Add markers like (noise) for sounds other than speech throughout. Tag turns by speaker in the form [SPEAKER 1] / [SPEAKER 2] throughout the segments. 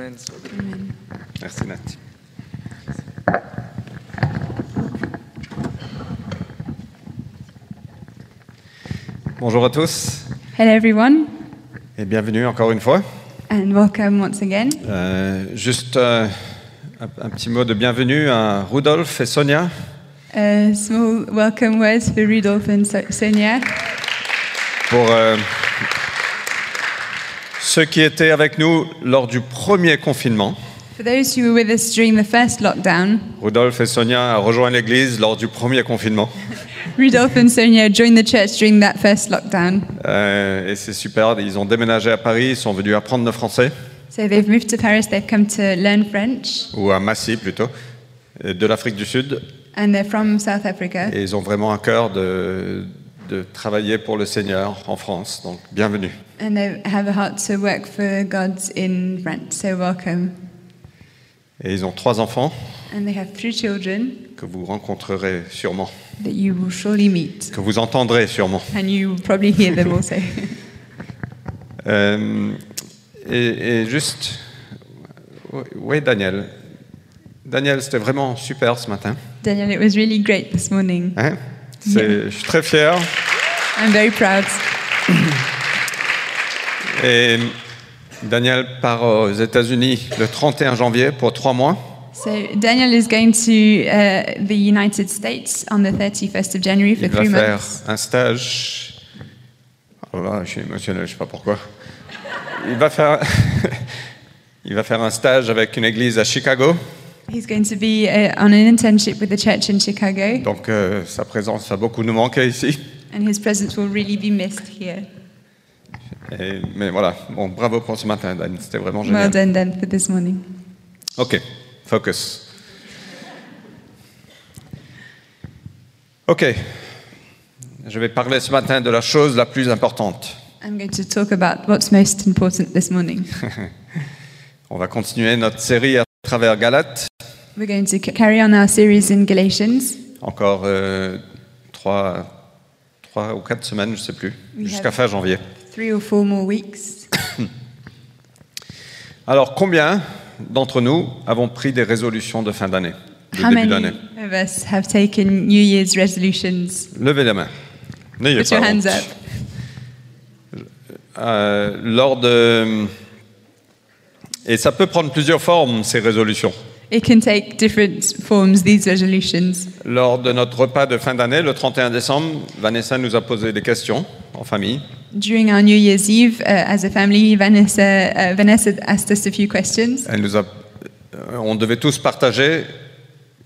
[SPEAKER 1] Amen.
[SPEAKER 2] Merci, Nat. Bonjour à tous
[SPEAKER 3] Hello, everyone,
[SPEAKER 2] et bienvenue encore une fois.
[SPEAKER 3] and welcome once again.
[SPEAKER 2] Euh, juste euh, un, un petit mot de bienvenue à Rudolf et Sonia.
[SPEAKER 3] Uh, small welcome words for Rudolf and So- Sonia.
[SPEAKER 2] Pour euh, ceux qui étaient avec nous lors du premier confinement,
[SPEAKER 3] For those who were with us during the first lockdown,
[SPEAKER 2] Rudolf et Sonia ont rejoint l'église lors du premier confinement.
[SPEAKER 3] Rudolf and Sonia joined the church during that first lockdown.
[SPEAKER 2] Euh, et c'est super, ils ont déménagé à Paris, ils sont venus apprendre le français,
[SPEAKER 3] So they've moved to Paris, they've come to learn French,
[SPEAKER 2] ou à Massy plutôt, euh, de l'Afrique du Sud.
[SPEAKER 3] and they're from South Africa.
[SPEAKER 2] Et ils ont vraiment à cœur de, de travailler pour le Seigneur en France. Donc, bienvenue.
[SPEAKER 3] And they have a heart to work for God's in France, so welcome.
[SPEAKER 2] Et ils ont trois enfants
[SPEAKER 3] And they have three children
[SPEAKER 2] que vous rencontrerez sûrement,
[SPEAKER 3] that you will surely meet,
[SPEAKER 2] que vous entendrez sûrement.
[SPEAKER 3] and you will probably hear them also. (laughs)
[SPEAKER 2] Euh, et, et juste, oui, oui, Daniel. Daniel, c'était vraiment super ce matin.
[SPEAKER 3] Daniel, it was really great this morning.
[SPEAKER 2] hein. C'est- je suis très fier.
[SPEAKER 3] I'm very proud.
[SPEAKER 2] Et Daniel part aux États-Unis le 31 janvier pour trois mois.
[SPEAKER 3] So Daniel is going to uh, the United States on the 31st of January for
[SPEAKER 2] Il va
[SPEAKER 3] three
[SPEAKER 2] faire
[SPEAKER 3] months.
[SPEAKER 2] un stage. Oh là, je suis émotionnel, je sais pas pourquoi. Il va faire, (laughs) il va faire un stage avec une église à Chicago.
[SPEAKER 3] He's going to be uh, on an internship with the church in Chicago,
[SPEAKER 2] Donc euh, sa présence a beaucoup nous manqué ici.
[SPEAKER 3] and his presence will really be missed here.
[SPEAKER 2] Et- mais voilà, bon, bravo pour ce matin, Dan. C'était vraiment génial.
[SPEAKER 3] Well done then for this morning.
[SPEAKER 2] Ok, focus. Ok, je vais parler ce matin de la chose la plus importante.
[SPEAKER 3] I'm going to talk about what's most important
[SPEAKER 2] (laughs)
[SPEAKER 3] this morning.
[SPEAKER 2] On va continuer notre série à travers Galates.
[SPEAKER 3] We're going to c- carry on our series in Galatians.
[SPEAKER 2] Encore euh, trois, trois ou quatre semaines, je ne sais plus,
[SPEAKER 3] Oui,
[SPEAKER 2] jusqu'à
[SPEAKER 3] Javi.
[SPEAKER 2] fin janvier.
[SPEAKER 3] Three or four more weeks.
[SPEAKER 2] Alors, combien d'entre nous avons pris des résolutions de fin d'année, de
[SPEAKER 3] How
[SPEAKER 2] début
[SPEAKER 3] many
[SPEAKER 2] d'année
[SPEAKER 3] of us have taken New Year's resolutions?
[SPEAKER 2] Levez la main. N'ayez
[SPEAKER 3] Put your
[SPEAKER 2] pas honte.
[SPEAKER 3] hands up.
[SPEAKER 2] Euh, lors de... Et ça peut prendre plusieurs formes, ces résolutions.
[SPEAKER 3] It can take different forms, these resolutions.
[SPEAKER 2] Lors de notre repas de fin d'année, le 31 décembre, Vanessa nous a posé des questions en famille.
[SPEAKER 3] During our New Year's Eve, uh, as a family, Vanessa, uh, Vanessa asked us a few questions.
[SPEAKER 2] Elle nous a... euh, On devait tous partager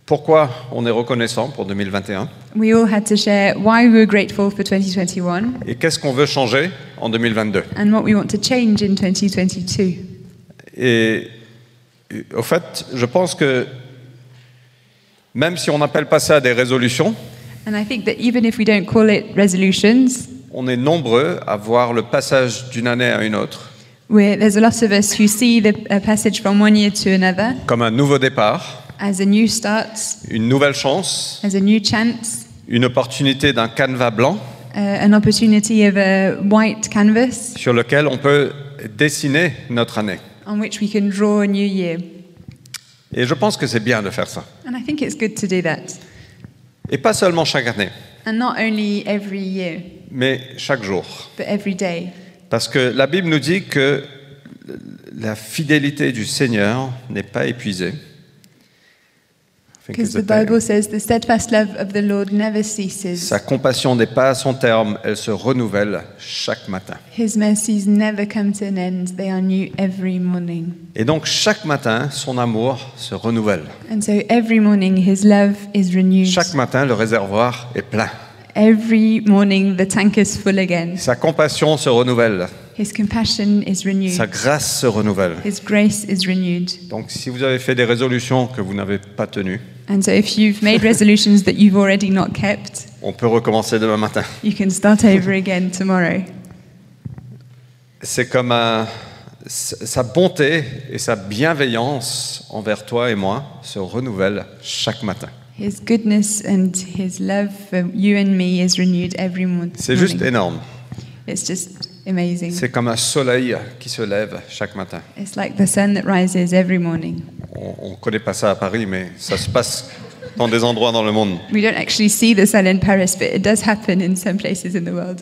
[SPEAKER 2] pourquoi on est reconnaissant pour 2021.
[SPEAKER 3] We all had to share why we were grateful for 2021
[SPEAKER 2] Et qu'est-ce qu'on veut changer en 2022
[SPEAKER 3] and what we want to change in 2022.
[SPEAKER 2] Et euh, au fait, je pense que même si on n'appelle pas ça des résolutions,
[SPEAKER 3] And I think that even if we don't call it resolutions,
[SPEAKER 2] on est nombreux à voir le passage d'une année à une autre
[SPEAKER 3] we're, there's a lot of us who see the uh, passage from one year to another
[SPEAKER 2] comme un nouveau départ,
[SPEAKER 3] as a new start,
[SPEAKER 2] une nouvelle chance,
[SPEAKER 3] as a new chance,
[SPEAKER 2] une opportunité d'un canevas blanc
[SPEAKER 3] uh, an opportunity of a white canvas
[SPEAKER 2] sur lequel on peut dessiner notre année.
[SPEAKER 3] on which we can draw a new year.
[SPEAKER 2] Et je pense que c'est bien de faire ça.
[SPEAKER 3] And I think it's good to do that.
[SPEAKER 2] Et pas seulement chaque année,
[SPEAKER 3] And not only every year,
[SPEAKER 2] mais chaque jour.
[SPEAKER 3] but every day.
[SPEAKER 2] Parce que la Bible nous dit que la fidélité du Seigneur n'est pas épuisée. I think it's
[SPEAKER 3] Because
[SPEAKER 2] the
[SPEAKER 3] the
[SPEAKER 2] thing.
[SPEAKER 3] Bible says the steadfast love of the Lord never ceases.
[SPEAKER 2] Sa compassion n'est pas à son terme, elle se renouvelle chaque matin.
[SPEAKER 3] His mercies never come to an end. They are new every morning.
[SPEAKER 2] Et donc chaque matin, son amour se renouvelle.
[SPEAKER 3] And so every morning his love is renewed.
[SPEAKER 2] Chaque matin, le réservoir est plein.
[SPEAKER 3] Every morning the tank is full again.
[SPEAKER 2] Sa compassion se renouvelle,
[SPEAKER 3] His compassion is renewed.
[SPEAKER 2] sa grâce se renouvelle.
[SPEAKER 3] His grace is renewed.
[SPEAKER 2] Donc si vous avez fait des résolutions que vous n'avez pas tenues,
[SPEAKER 3] And so if you've made resolutions that you've already not kept,
[SPEAKER 2] on peut recommencer demain matin.
[SPEAKER 3] you can start over again tomorrow.
[SPEAKER 2] C'est comme un- sa bonté et sa bienveillance envers toi et moi se renouvellent chaque matin.
[SPEAKER 3] His goodness and his love for you and me is renewed every mo- morning.
[SPEAKER 2] C'est juste énorme.
[SPEAKER 3] It's just amazing.
[SPEAKER 2] C'est comme un soleil qui se lève chaque matin.
[SPEAKER 3] It's like the sun that rises every morning.
[SPEAKER 2] On ne connaît pas ça à Paris, mais ça se passe dans des endroits dans le monde.
[SPEAKER 3] We don't actually see the sun in Paris, but it does happen in some places in the world.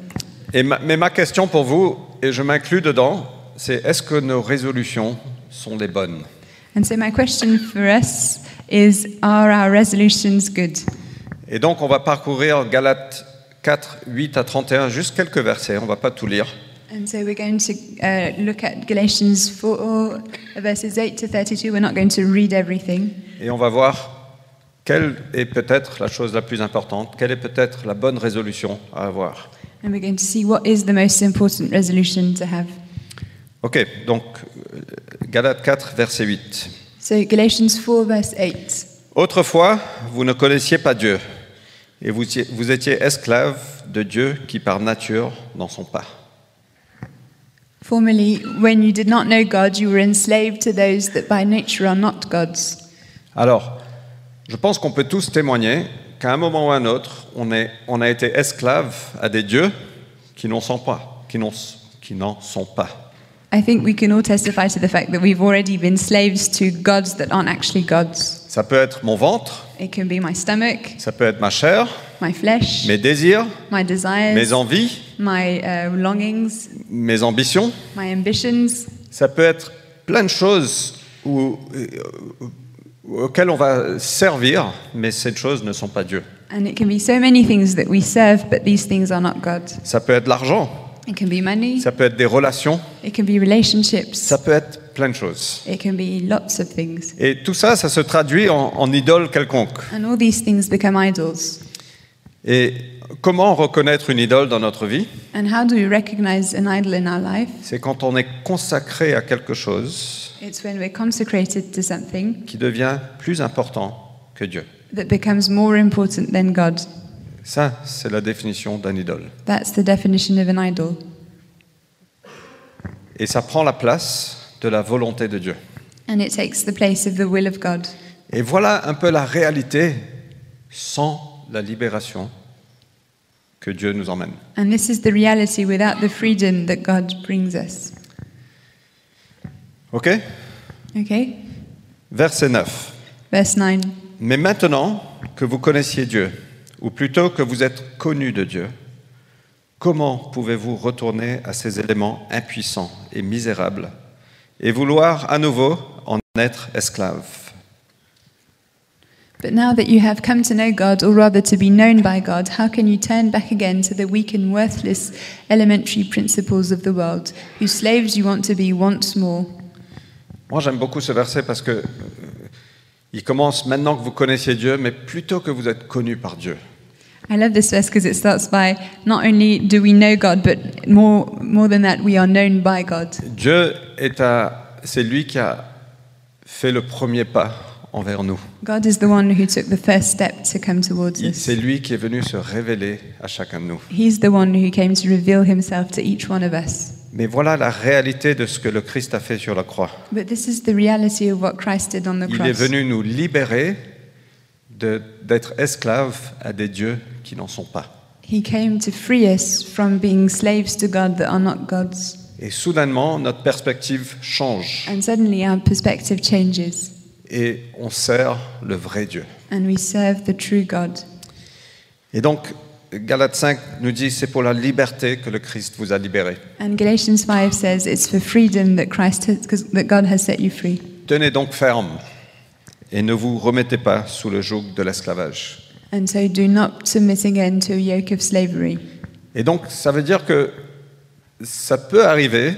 [SPEAKER 2] Et ma- mais ma question pour vous, et je m'inclus dedans, c'est est-ce que nos résolutions sont les bonnes
[SPEAKER 3] And so, my question for us is Are our resolutions good?
[SPEAKER 2] Et donc on va parcourir Galates 4, 8 à 31, juste quelques versets, on ne va pas tout lire.
[SPEAKER 3] And so, we're going to uh, look at Galatians 4, verses 8 to 32. We're not going to read everything,
[SPEAKER 2] Et on va voir quelle est peut-être la chose la plus importante, quelle est peut-être la bonne résolution à avoir.
[SPEAKER 3] and we're going to see what is the most important resolution to have.
[SPEAKER 2] Ok, donc euh, Galates 4, verset 8.
[SPEAKER 3] So, Galatians 4, verse 8.
[SPEAKER 2] Autrefois, vous ne connaissiez pas Dieu, et vous, étiez- vous étiez esclaves de Dieu qui par nature n'en sont pas.
[SPEAKER 3] Formerly, when you did not know God, you were enslaved to those that by nature are not God's.
[SPEAKER 2] Alors, je pense qu'on peut tous témoigner qu'à un moment ou à un autre, on, est- on a été esclave à des dieux qui n'en sont pas, qui n'en- qui n'en sont pas.
[SPEAKER 3] I think we can all testify to the fact that we've already been slaves to gods that aren't actually gods.
[SPEAKER 2] Ça peut être mon ventre,
[SPEAKER 3] It can be my stomach,
[SPEAKER 2] ça peut être ma chair,
[SPEAKER 3] my flesh,
[SPEAKER 2] mes désirs,
[SPEAKER 3] my desires,
[SPEAKER 2] mes envies,
[SPEAKER 3] my uh, longings,
[SPEAKER 2] mes ambitions.
[SPEAKER 3] my ambitions.
[SPEAKER 2] Ça peut être plein de choses où- euh, auxquelles on va servir, mais ces choses ne sont pas Dieu.
[SPEAKER 3] And it can be so many things that we serve, but these things are not God.
[SPEAKER 2] Ça peut être l'argent,
[SPEAKER 3] It can be money,
[SPEAKER 2] ça peut être des relations,
[SPEAKER 3] it can be relationships,
[SPEAKER 2] ça peut être plein de choses.
[SPEAKER 3] it can be lots of things.
[SPEAKER 2] Et tout ça, ça se traduit en, en idole quelconque.
[SPEAKER 3] And all these things become idols.
[SPEAKER 2] Et comment reconnaître une idole dans notre vie
[SPEAKER 3] And how do we recognize an idol in our life?
[SPEAKER 2] C'est quand on est consacré à quelque chose
[SPEAKER 3] It's when we're consecrated to something
[SPEAKER 2] qui devient plus important que Dieu.
[SPEAKER 3] that becomes more important than God.
[SPEAKER 2] Ça, c'est la définition d'un idole.
[SPEAKER 3] That's the definition of an idol.
[SPEAKER 2] Et ça prend la place de la volonté de Dieu.
[SPEAKER 3] And it takes the place of the will of God.
[SPEAKER 2] Et voilà un peu la réalité sans la libération que Dieu nous emmène.
[SPEAKER 3] And this is the reality without the freedom that God brings us.
[SPEAKER 2] OK
[SPEAKER 3] Okay?
[SPEAKER 2] Verset 9.
[SPEAKER 3] Verse 9.
[SPEAKER 2] Mais maintenant que vous connaissiez Dieu, ou plutôt que vous êtes connu de Dieu, comment pouvez-vous retourner à ces éléments impuissants et misérables et vouloir à nouveau en être esclave
[SPEAKER 3] But now that you have come to know God, or rather to be known by God, how can you turn back again to the weak and worthless elementary principles of the world, whose slaves you want to be once more?
[SPEAKER 2] Moi j'aime beaucoup ce verset parce que euh, il commence maintenant que vous connaissiez Dieu, mais plutôt que vous êtes connu par Dieu.
[SPEAKER 3] I love this verse because it starts by not only do we know God, but more more than that, we are known by God.
[SPEAKER 2] Dieu est à, c'est lui qui a fait le premier pas envers nous.
[SPEAKER 3] God is the one who took the first step to come towards
[SPEAKER 2] Il-
[SPEAKER 3] us.
[SPEAKER 2] C'est lui qui est venu se révéler à chacun de nous.
[SPEAKER 3] He's the one who came to reveal himself to each one of us.
[SPEAKER 2] Mais voilà la réalité de ce que le Christ a fait sur la croix.
[SPEAKER 3] But this is the reality of what Christ did on the
[SPEAKER 2] Il est
[SPEAKER 3] cross.
[SPEAKER 2] venu nous libérer de- d'être esclaves à des dieux qui n'en sont pas.
[SPEAKER 3] He came to free us from being slaves to God that are not God's.
[SPEAKER 2] Et soudainement, notre perspective change
[SPEAKER 3] And suddenly our perspective changes
[SPEAKER 2] et on sert le vrai Dieu.
[SPEAKER 3] and we serve the true God.
[SPEAKER 2] Et donc, Galates 5 nous dit c'est pour la liberté que le Christ vous a libérés.
[SPEAKER 3] And Galatians 5 says it's for freedom that Christ has, 'cause- that God has set you free.
[SPEAKER 2] Tenez donc ferme et ne vous remettez pas sous le joug de l'esclavage.
[SPEAKER 3] And so do not submit again to a yoke of slavery.
[SPEAKER 2] Et donc, ça veut dire que ça peut arriver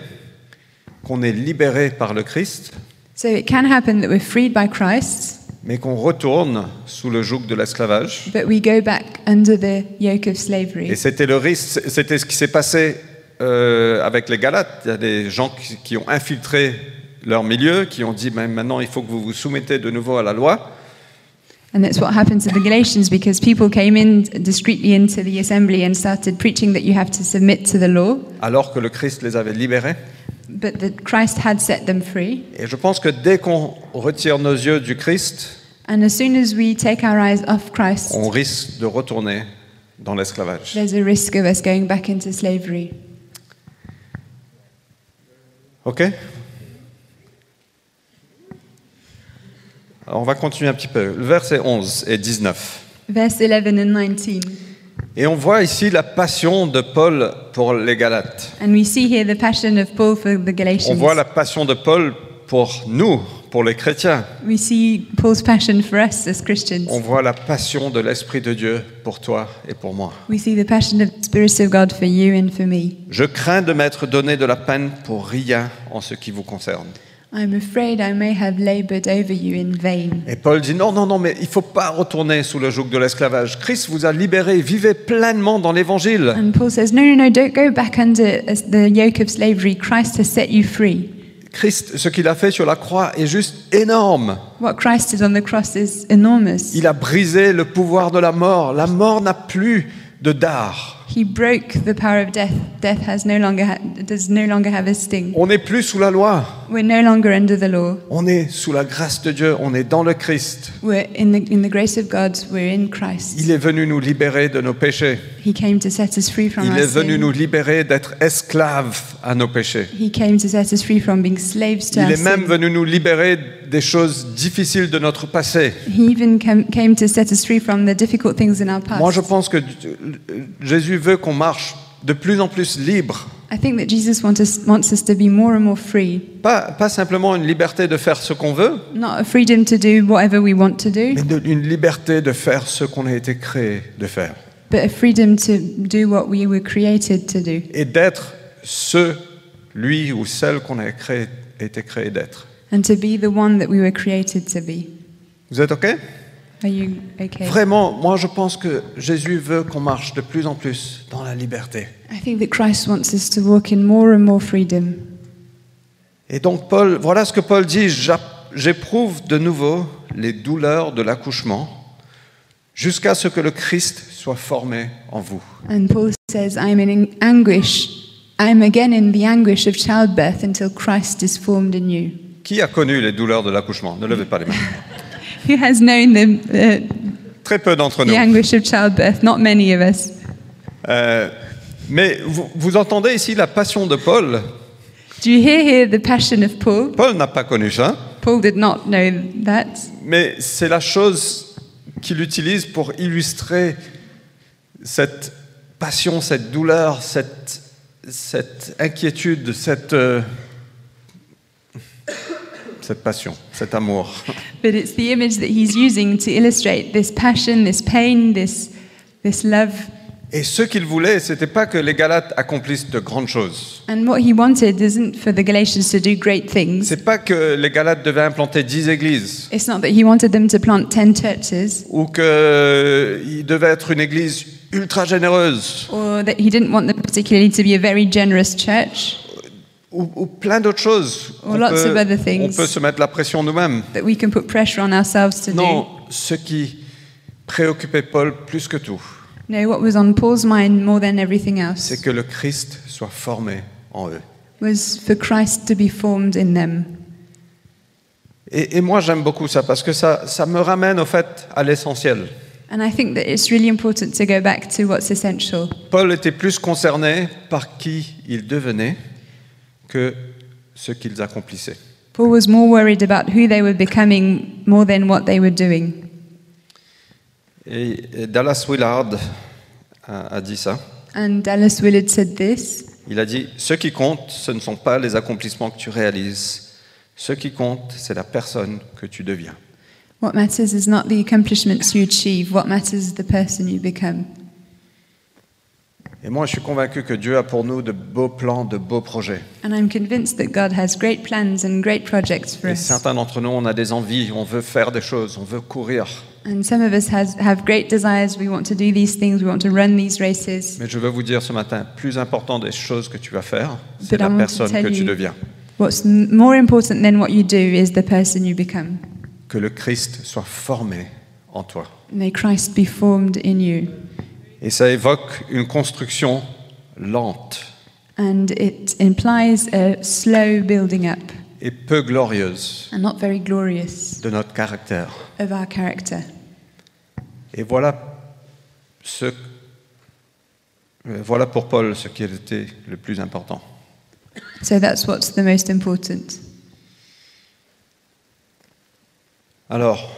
[SPEAKER 2] qu'on est libéré par le Christ,
[SPEAKER 3] So it can happen that we're freed by Christ,
[SPEAKER 2] mais qu'on retourne sous le joug de l'esclavage.
[SPEAKER 3] but we go back under the yoke of slavery.
[SPEAKER 2] Et c'était le risque, c'était ce qui s'est passé euh, avec les Galates. Il y a des gens qui, qui ont infiltré leur milieu, qui ont dit Mais maintenant il faut que vous vous soumettez de nouveau à la loi.
[SPEAKER 3] And that's what happened to the Galatians because people came in discreetly into the assembly and started preaching that you have to submit to the law,
[SPEAKER 2] Alors que le Christ les avait libérés.
[SPEAKER 3] but that Christ had set them free.
[SPEAKER 2] Et je pense que dès qu'on retire nos yeux du Christ,
[SPEAKER 3] And as soon as we take our eyes off Christ,
[SPEAKER 2] on risque de retourner dans l'esclavage.
[SPEAKER 3] there's a risk of us going back into slavery.
[SPEAKER 2] OK Alors, on va continuer un petit peu. Le verset 11 et 19.
[SPEAKER 3] Verse 11 and 19.
[SPEAKER 2] Et on voit ici la passion de Paul pour les Galates.
[SPEAKER 3] And we see here the passion of Paul for the
[SPEAKER 2] On
[SPEAKER 3] Galatians.
[SPEAKER 2] voit la passion de Paul pour nous, pour les chrétiens.
[SPEAKER 3] We see Paul's passion for us as Christians.
[SPEAKER 2] On voit la passion de l'Esprit de Dieu pour toi et pour moi.
[SPEAKER 3] We see the passion of the Spirit of God for you and for me.
[SPEAKER 2] Je crains de m'être donné de la peine pour rien en ce qui vous concerne.
[SPEAKER 3] I'm afraid I may have labored over you in vain.
[SPEAKER 2] Et Paul dit non, non, non, mais il ne faut pas retourner sous le joug de l'esclavage. Christ vous a libéré, vivez pleinement dans l'évangile.
[SPEAKER 3] And Paul says, No, no, no, don't go back under as the yoke of slavery. Christ has set you free.
[SPEAKER 2] Christ, ce qu'il a fait sur la croix est juste énorme.
[SPEAKER 3] What Christ did on the cross is enormous.
[SPEAKER 2] Il a brisé le pouvoir de la mort. La mort n'a plus de dard.
[SPEAKER 3] He broke the power of death. Death has no longer ha- does no longer have a sting.
[SPEAKER 2] On n'est plus sous la loi.
[SPEAKER 3] We're no longer under the law.
[SPEAKER 2] On est sous la grâce de Dieu. On est dans le Christ.
[SPEAKER 3] We're in the, in the grace of God. We're in Christ.
[SPEAKER 2] Il est venu nous libérer de nos péchés.
[SPEAKER 3] He came to set us free from
[SPEAKER 2] Il
[SPEAKER 3] our
[SPEAKER 2] est
[SPEAKER 3] sin.
[SPEAKER 2] venu nous libérer d'être esclaves à nos péchés.
[SPEAKER 3] He came to set us free from being slaves to
[SPEAKER 2] Il
[SPEAKER 3] our
[SPEAKER 2] est même
[SPEAKER 3] sin.
[SPEAKER 2] venu nous libérer des choses difficiles de notre passé.
[SPEAKER 3] He even came, came to set us free from the difficult things in our past.
[SPEAKER 2] Moi, je pense que euh, Jésus veut qu'on marche de plus en plus libre.
[SPEAKER 3] I think that Jesus wants us, wants us to be more and more free.
[SPEAKER 2] Pas, pas simplement une liberté de faire ce qu'on veut,
[SPEAKER 3] Not a freedom to do whatever we want to do,
[SPEAKER 2] mais de- une liberté de faire ce qu'on a été créé de faire.
[SPEAKER 3] but a freedom to do what we were created to do
[SPEAKER 2] Et d'être ce, lui ou celle qu'on a créé- été créé d'être.
[SPEAKER 3] and to be the one that we were created to be.
[SPEAKER 2] Vous êtes OK
[SPEAKER 3] Are you okay?
[SPEAKER 2] Vraiment, moi, je pense que Jésus veut qu'on marche de plus en plus dans la liberté.
[SPEAKER 3] I think that Christ wants us to walk in more and more freedom.
[SPEAKER 2] Et donc Paul, voilà ce que Paul dit, J'a- j'éprouve de nouveau les douleurs de l'accouchement jusqu'à ce que le Christ soit formé en vous.
[SPEAKER 3] And Paul says, I'm in anguish. I'm again in the anguish of childbirth until Christ is formed in you.
[SPEAKER 2] Qui a connu les douleurs de l'accouchement Ne levez pas les mains.
[SPEAKER 3] Who has known the, uh,
[SPEAKER 2] Très peu d'entre nous.
[SPEAKER 3] the anguish of childbirth? Not many of us.
[SPEAKER 2] Euh, mais vous, vous entendez ici la passion de Paul.
[SPEAKER 3] Do you hear here the passion of Paul?
[SPEAKER 2] Paul n'a pas connu ça,
[SPEAKER 3] Paul did not know that,
[SPEAKER 2] mais c'est la chose qu'il utilise pour illustrer cette passion, cette douleur, cette, cette inquiétude, cette, euh, cette passion, cet amour.
[SPEAKER 3] but it's the image that he's using to illustrate this passion, this pain, this, this love.
[SPEAKER 2] Et ce qu'il voulait, c'était pas que les Galates accomplissent de grandes choses.
[SPEAKER 3] And what he wanted isn't for the Galatians to do great things.
[SPEAKER 2] C'est pas que les Galates devaient implanter dix églises
[SPEAKER 3] It's not that he wanted them to plant 10 churches
[SPEAKER 2] ou qu'ils devaient être une église ultra généreuse
[SPEAKER 3] or that he didn't want them particularly to be a very generous church,
[SPEAKER 2] ou, ou plein d'autres choses.
[SPEAKER 3] Or lots of other
[SPEAKER 2] on
[SPEAKER 3] things.
[SPEAKER 2] peut se mettre la pression nous-mêmes.
[SPEAKER 3] that we can put pressure on ourselves to
[SPEAKER 2] Non, ce qui préoccupait Paul plus que tout,
[SPEAKER 3] do. No, what was on Paul's mind more than everything
[SPEAKER 2] c'est
[SPEAKER 3] else
[SPEAKER 2] que le Christ soit formé en eux.
[SPEAKER 3] was for Christ to be formed in them.
[SPEAKER 2] Et, et moi, j'aime beaucoup ça parce que ça, ça me ramène au fait à l'essentiel.
[SPEAKER 3] And I think that it's really important to go back to what's essential.
[SPEAKER 2] Paul était plus concerné par qui il devenait que ce qu'ils accomplissaient.
[SPEAKER 3] Paul was more worried about who they were becoming more than what they were doing.
[SPEAKER 2] Et, et Dallas Willard a- a dit ça.
[SPEAKER 3] And Dallas Willard said this
[SPEAKER 2] Il a dit Ce qui compte, ce ne sont pas les accomplissements que tu réalises. Ce qui compte, c'est la personne que tu deviens.
[SPEAKER 3] What matters is not the accomplishments you achieve, what matters is the person you become.
[SPEAKER 2] Et moi, je suis convaincu que Dieu a pour nous de beaux plans, de beaux projets.
[SPEAKER 3] And I'm convinced that God has great plans and great projects for
[SPEAKER 2] Et
[SPEAKER 3] us.
[SPEAKER 2] certains d'entre nous, on a des envies, on veut faire des choses, on veut courir.
[SPEAKER 3] And some of us has, have great desires. We want to do these things, we want to run these races.
[SPEAKER 2] Mais je veux vous dire ce matin, plus important des choses que tu vas faire, c'est
[SPEAKER 3] But I
[SPEAKER 2] la
[SPEAKER 3] want to
[SPEAKER 2] personne
[SPEAKER 3] tell
[SPEAKER 2] que tu
[SPEAKER 3] you-
[SPEAKER 2] deviens.
[SPEAKER 3] What's m- more important than what you do is the person you become.
[SPEAKER 2] Que le Christ soit formé en toi.
[SPEAKER 3] May Christ be formed in you.
[SPEAKER 2] Et ça évoque une construction lente
[SPEAKER 3] And it implies a slow building up
[SPEAKER 2] et peu glorieuse
[SPEAKER 3] and not very glorious.
[SPEAKER 2] de notre caractère.
[SPEAKER 3] of our character.
[SPEAKER 2] Et voilà ce euh, voilà pour Paul ce qui était le plus important.
[SPEAKER 3] So that's what's the most important.
[SPEAKER 2] Alors,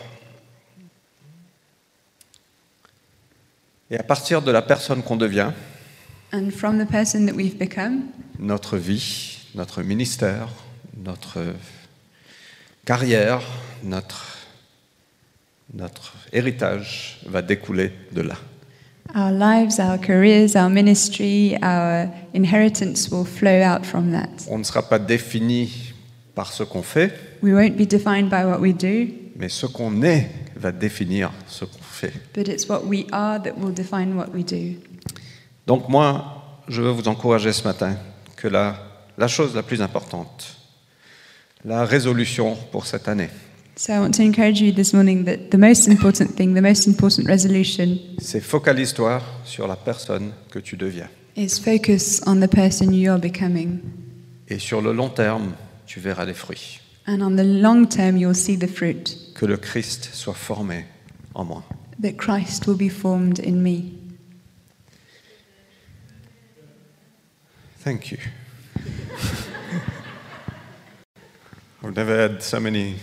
[SPEAKER 2] et à partir de la personne qu'on devient,
[SPEAKER 3] And from the person that we've become,
[SPEAKER 2] notre vie, notre ministère, notre carrière, notre, notre héritage va découler de là.
[SPEAKER 3] our lives, our careers, our ministry, our inheritance will flow out from that.
[SPEAKER 2] On ne sera pas défini par ce qu'on fait,
[SPEAKER 3] We won't be defined by what we do,
[SPEAKER 2] mais ce qu'on est va définir ce qu'on fait.
[SPEAKER 3] but it's what we are that will define what we do.
[SPEAKER 2] Donc moi, je veux vous encourager ce matin que la, la chose la plus importante, la résolution pour cette année,
[SPEAKER 3] So I want to encourage you this morning that the most important thing, the most important resolution,
[SPEAKER 2] c'est focalise-toi sur la personne que tu deviens.
[SPEAKER 3] is focus on the person you are becoming.
[SPEAKER 2] Et sur le long terme, tu verras les fruits.
[SPEAKER 3] And on the long term, you'll see the fruit
[SPEAKER 2] Que le Christ soit formé en moi.
[SPEAKER 3] that Christ will be formed in me.
[SPEAKER 2] Thank you. (laughs) I've never had so many.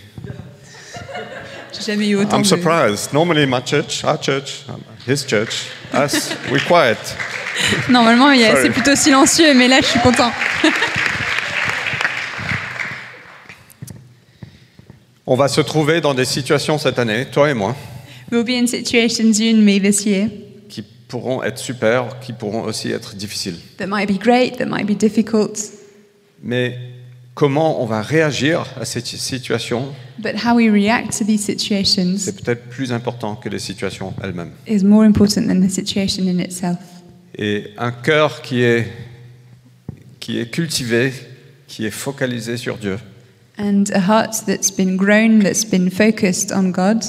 [SPEAKER 3] J'ai jamais eu autant
[SPEAKER 2] I'm
[SPEAKER 3] de-
[SPEAKER 2] surprised. Normally, my church, our church, his church, us, we're quiet.
[SPEAKER 3] Normalement, il y a-
[SPEAKER 2] Sorry.
[SPEAKER 3] c'est plutôt silencieux, mais là, je suis content.
[SPEAKER 2] On va se trouver dans des situations cette année, toi et moi,
[SPEAKER 3] We'll be in situations, you and me, this year
[SPEAKER 2] qui pourront être super, qui pourront aussi être difficiles.
[SPEAKER 3] that might be great, that might be difficult,
[SPEAKER 2] Mais comment on va réagir à cette situation,
[SPEAKER 3] but how we react to these situations
[SPEAKER 2] c'est peut-être plus important que les situations elles-mêmes.
[SPEAKER 3] is more important than the situation in itself.
[SPEAKER 2] Et un cœur qui est, qui est cultivé, qui est focalisé sur Dieu,
[SPEAKER 3] And a heart that's been grown, that's been focused on God,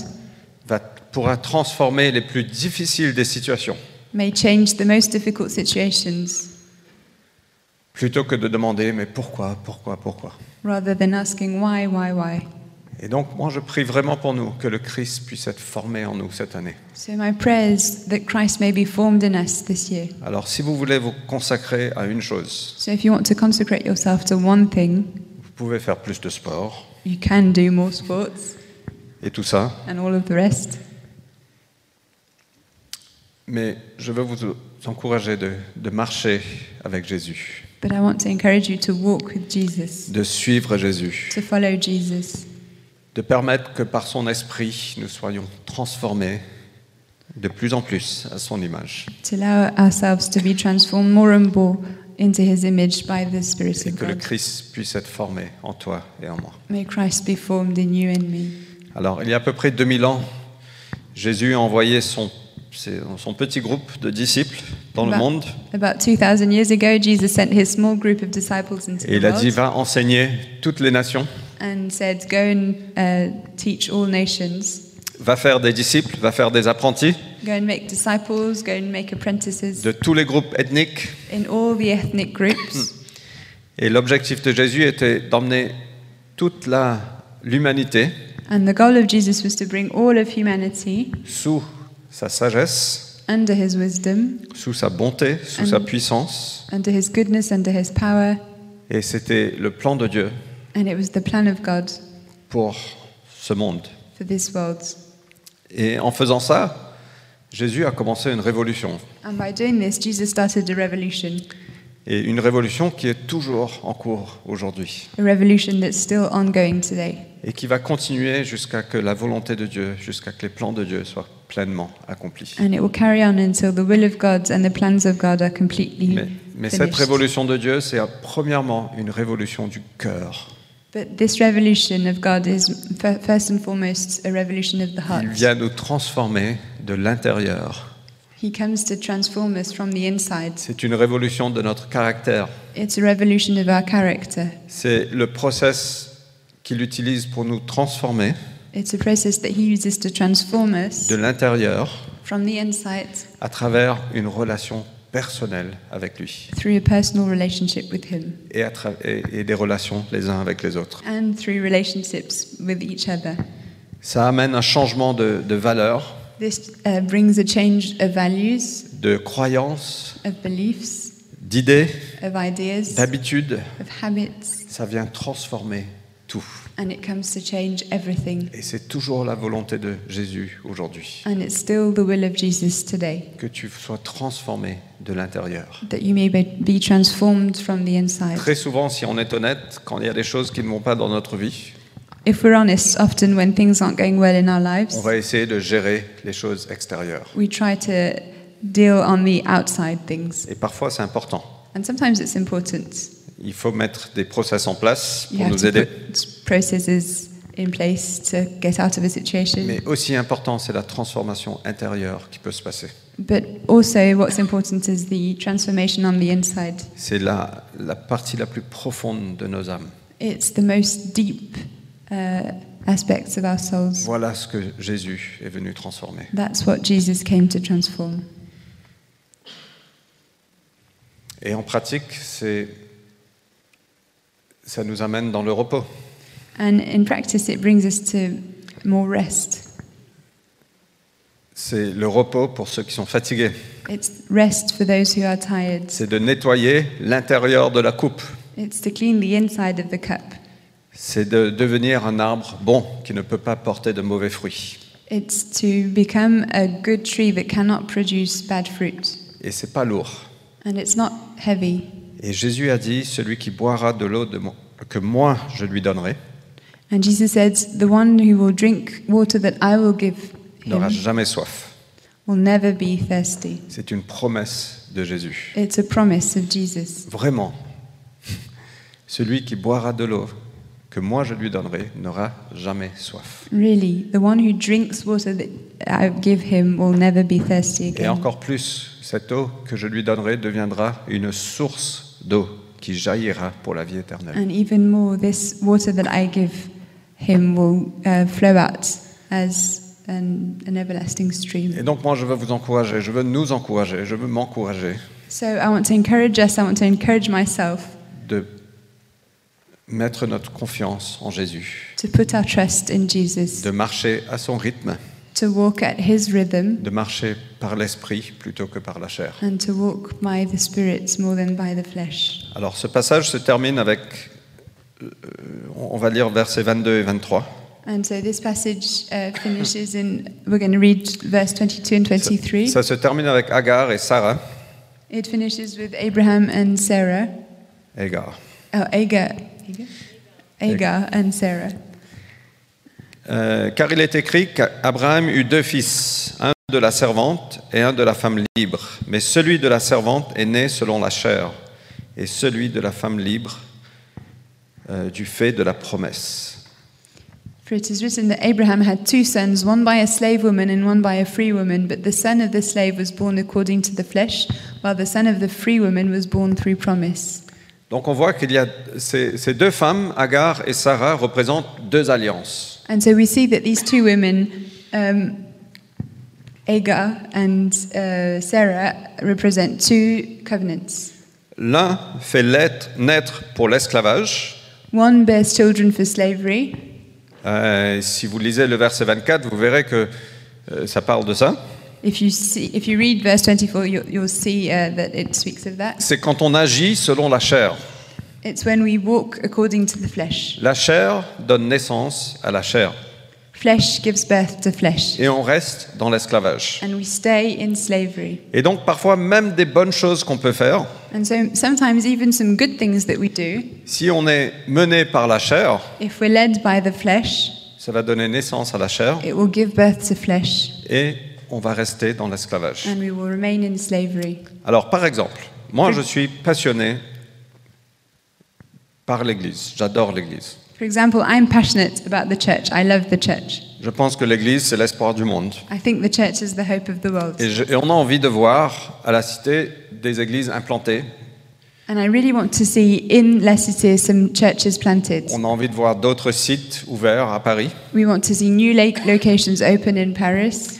[SPEAKER 2] va, pourra transformer les plus difficiles des situations,
[SPEAKER 3] may change the most difficult situations
[SPEAKER 2] plutôt que de demander mais pourquoi, pourquoi, pourquoi.
[SPEAKER 3] rather than asking why, why, why.
[SPEAKER 2] Et donc moi je prie vraiment pour nous que le Christ puisse être formé en nous cette année.
[SPEAKER 3] So, my prayer is that Christ may be formed in us this year.
[SPEAKER 2] Alors si vous voulez vous consacrer à une chose,
[SPEAKER 3] So, if you want to consecrate yourself to one thing,
[SPEAKER 2] vous pouvez faire plus de sport
[SPEAKER 3] you can do more sports
[SPEAKER 2] et tout ça,
[SPEAKER 3] and all of the rest.
[SPEAKER 2] mais je veux vous encourager de, de marcher avec Jésus,
[SPEAKER 3] But I want to encourage you to walk with Jesus,
[SPEAKER 2] de suivre Jésus.
[SPEAKER 3] to follow Jesus,
[SPEAKER 2] de permettre que par son esprit, nous soyons transformés de plus en plus à son image
[SPEAKER 3] to allow ourselves to be transformed more and more into his image by the Spirit
[SPEAKER 2] et
[SPEAKER 3] of
[SPEAKER 2] que le
[SPEAKER 3] God.
[SPEAKER 2] Christ puisse être formé en toi et en moi.
[SPEAKER 3] May Christ be formed in you and me.
[SPEAKER 2] Alors, il y a à peu près 2000 ans, Jésus a envoyé son, ses- son petit groupe de disciples dans le
[SPEAKER 3] Bah.
[SPEAKER 2] monde
[SPEAKER 3] About 2,000 years ago, Jesus sent his small group of disciples into
[SPEAKER 2] et
[SPEAKER 3] the
[SPEAKER 2] il a dit
[SPEAKER 3] world
[SPEAKER 2] va enseigner toutes les nations,
[SPEAKER 3] and said, Go and uh, teach all nations,
[SPEAKER 2] va faire des disciples, va faire des apprentis
[SPEAKER 3] go and make disciples, go and make apprentices
[SPEAKER 2] de tous les groupes ethniques.
[SPEAKER 3] in all the
[SPEAKER 2] (clears throat)
[SPEAKER 3] ethnic groups.
[SPEAKER 2] Et l'objectif de Jésus était d'emmener toute la- l'humanité
[SPEAKER 3] and the goal of Jesus was to bring all of humanity
[SPEAKER 2] sous sa sagesse,
[SPEAKER 3] under his wisdom,
[SPEAKER 2] sous sa bonté, sous
[SPEAKER 3] Amen.
[SPEAKER 2] sa puissance.
[SPEAKER 3] under his goodness, under his power,
[SPEAKER 2] Et c'était le plan de Dieu
[SPEAKER 3] and it was the plan of God
[SPEAKER 2] pour ce monde.
[SPEAKER 3] for this world.
[SPEAKER 2] Et en faisant ça, Jésus a commencé une révolution.
[SPEAKER 3] And by doing this, Jesus started a revolution,
[SPEAKER 2] Et une révolution qui est toujours en cours aujourd'hui.
[SPEAKER 3] a revolution that's still ongoing today
[SPEAKER 2] Et qui va continuer jusqu'à que la volonté de Dieu, jusqu'à que les plans de Dieu soient pleinement accomplis.
[SPEAKER 3] and it will carry on until the will of God and the plans of God are completely
[SPEAKER 2] Mais, mais cette
[SPEAKER 3] finished.
[SPEAKER 2] révolution de Dieu, c'est euh, premièrement une révolution du cœur.
[SPEAKER 3] But this revolution of God is fir- first and foremost a revolution of the heart.
[SPEAKER 2] Il vient nous transformer de l'intérieur.
[SPEAKER 3] He comes to transform us from the inside.
[SPEAKER 2] C'est une révolution de notre caractère.
[SPEAKER 3] It's a revolution of our character.
[SPEAKER 2] C'est le process qu'il utilise pour nous transformer
[SPEAKER 3] It's a process that he uses to transform us
[SPEAKER 2] de l'intérieur
[SPEAKER 3] from the inside
[SPEAKER 2] à travers une relation personnelle avec lui
[SPEAKER 3] through a personal relationship with Him
[SPEAKER 2] et, à tra- et- et des relations les uns avec les autres.
[SPEAKER 3] and through relationships with each other.
[SPEAKER 2] Ça amène un changement de, de valeur,
[SPEAKER 3] This uh, brings a change of values,
[SPEAKER 2] de croyances,
[SPEAKER 3] of beliefs,
[SPEAKER 2] d'idées,
[SPEAKER 3] of ideas,
[SPEAKER 2] d'habitudes,
[SPEAKER 3] of habits,
[SPEAKER 2] ça vient transformer tout.
[SPEAKER 3] and it comes to change everything.
[SPEAKER 2] Et c'est toujours la volonté de Jésus aujourd'hui,
[SPEAKER 3] And it's still the will of Jesus today
[SPEAKER 2] que tu sois transformé de l'intérieur.
[SPEAKER 3] that you may be- be transformed from the inside.
[SPEAKER 2] Très souvent, si on est honnête, quand il y a des choses qui ne vont pas dans notre vie,
[SPEAKER 3] If we're honest, often when things aren't going well in our
[SPEAKER 2] on
[SPEAKER 3] lives,
[SPEAKER 2] va essayer de gérer les choses extérieures.
[SPEAKER 3] we try to deal on the outside things.
[SPEAKER 2] Et parfois, c'est important.
[SPEAKER 3] And sometimes it's important.
[SPEAKER 2] Il faut mettre des process en place
[SPEAKER 3] You
[SPEAKER 2] pour
[SPEAKER 3] have
[SPEAKER 2] nous
[SPEAKER 3] to
[SPEAKER 2] aider.
[SPEAKER 3] put processes in place to get out of a situation.
[SPEAKER 2] Mais aussi important, c'est la transformation intérieure qui peut se passer.
[SPEAKER 3] But also, what's important is the transformation on the inside.
[SPEAKER 2] C'est la, la partie la plus profonde de nos âmes.
[SPEAKER 3] It's the most deep uh, aspects of our souls.
[SPEAKER 2] Voilà ce que Jésus est venu transformer.
[SPEAKER 3] That's what Jesus came to transform.
[SPEAKER 2] Et en pratique, c'est ça nous amène dans le repos.
[SPEAKER 3] And in practice, it brings us to more rest.
[SPEAKER 2] C'est le repos pour ceux qui sont fatigués.
[SPEAKER 3] It's rest for those who are tired.
[SPEAKER 2] C'est de nettoyer l'intérieur de la coupe.
[SPEAKER 3] It's to clean the inside of the cup.
[SPEAKER 2] C'est de devenir un arbre bon qui ne peut pas porter de mauvais fruits.
[SPEAKER 3] It's to become a good tree that cannot produce bad fruit.
[SPEAKER 2] Et c'est pas lourd.
[SPEAKER 3] And it's not heavy.
[SPEAKER 2] Et Jésus a dit celui qui boira de l'eau de mon- que moi je lui donnerai
[SPEAKER 3] And Jesus said, The one who will drink water that I will give
[SPEAKER 2] n'aura
[SPEAKER 3] him
[SPEAKER 2] jamais soif.
[SPEAKER 3] will never be thirsty.
[SPEAKER 2] C'est une promesse de Jésus.
[SPEAKER 3] It's a promise of Jesus.
[SPEAKER 2] Vraiment. Celui qui boira de l'eau que moi je lui donnerai n'aura jamais soif.
[SPEAKER 3] Really, the one who drinks water that I give him will never be thirsty
[SPEAKER 2] Et
[SPEAKER 3] again.
[SPEAKER 2] encore plus, cette eau que je lui donnerai deviendra une source d'eau qui jaillira pour la vie éternelle.
[SPEAKER 3] And even more, this water that I give him will uh, flow out as an, an everlasting stream.
[SPEAKER 2] Et donc moi, je veux vous encourager, je veux nous encourager, je veux m'encourager
[SPEAKER 3] So I want to encourage us, I want to encourage myself
[SPEAKER 2] de mettre notre confiance en Jésus,
[SPEAKER 3] to put our trust in Jesus,
[SPEAKER 2] de marcher à son rythme,
[SPEAKER 3] to walk at his rhythm,
[SPEAKER 2] de marcher par l'esprit plutôt que par la chair.
[SPEAKER 3] and to walk by the Spirit more than by the flesh.
[SPEAKER 2] Alors ce passage se termine avec, euh, on va lire versets 22 et 23.
[SPEAKER 3] And so this passage uh, finishes in, we're going to read verse 22 and 23.
[SPEAKER 2] Ça se termine avec Agar et Sarah.
[SPEAKER 3] It finishes with Abraham and Sarah.
[SPEAKER 2] Agar.
[SPEAKER 3] Oh, Agar. Agar and Sarah.
[SPEAKER 2] Euh, car il est écrit qu'Abraham eut deux fils, un de la servante et un de la femme libre. Mais celui de la servante est né selon la chair, et celui de la femme libre euh, du fait de la promesse.
[SPEAKER 3] For it is written that Abraham had two sons, one by a slave woman and one by a free woman, but the son of the slave was born according to the flesh, while the son of the free woman was born through promise.
[SPEAKER 2] Donc on voit qu'il y a ces, ces deux femmes, Agar et Sarah, représentent deux alliances.
[SPEAKER 3] And so we see that these two women, um, Agar and uh, Sarah, represent two covenants.
[SPEAKER 2] L'un fait l'être- naître pour l'esclavage.
[SPEAKER 3] One bears children for slavery.
[SPEAKER 2] Euh, si vous lisez le verset 24, vous verrez que euh, ça parle de ça.
[SPEAKER 3] If you, see, if you read verse 24, you'll, you'll see uh, that it speaks of that.
[SPEAKER 2] C'est quand on agit selon la chair.
[SPEAKER 3] It's when we walk according to the flesh.
[SPEAKER 2] La chair donne naissance à la chair
[SPEAKER 3] Flesh gives birth to flesh.
[SPEAKER 2] et on reste dans l'esclavage.
[SPEAKER 3] and we stay in slavery.
[SPEAKER 2] Et donc parfois même des bonnes choses qu'on peut faire,
[SPEAKER 3] And so sometimes even some good things that we do,
[SPEAKER 2] si on est mené par la chair,
[SPEAKER 3] if we're led by the flesh,
[SPEAKER 2] ça va donner naissance à la chair
[SPEAKER 3] it will give birth to flesh
[SPEAKER 2] et on va rester dans l'esclavage.
[SPEAKER 3] and we will remain in slavery.
[SPEAKER 2] Alors par exemple, moi je suis passionné par l'Église, j'adore l'Église.
[SPEAKER 3] For example, I'm passionate about the church. I love the church.
[SPEAKER 2] Je pense que l'Église c'est l'espoir du monde.
[SPEAKER 3] I think the church is the hope of the world.
[SPEAKER 2] Et, je- et on a envie de voir à la cité des églises implantées,
[SPEAKER 3] And I really want to see in Leicester some churches planted.
[SPEAKER 2] on a envie de voir d'autres sites ouverts à Paris.
[SPEAKER 3] We want to see new lake locations open in Paris.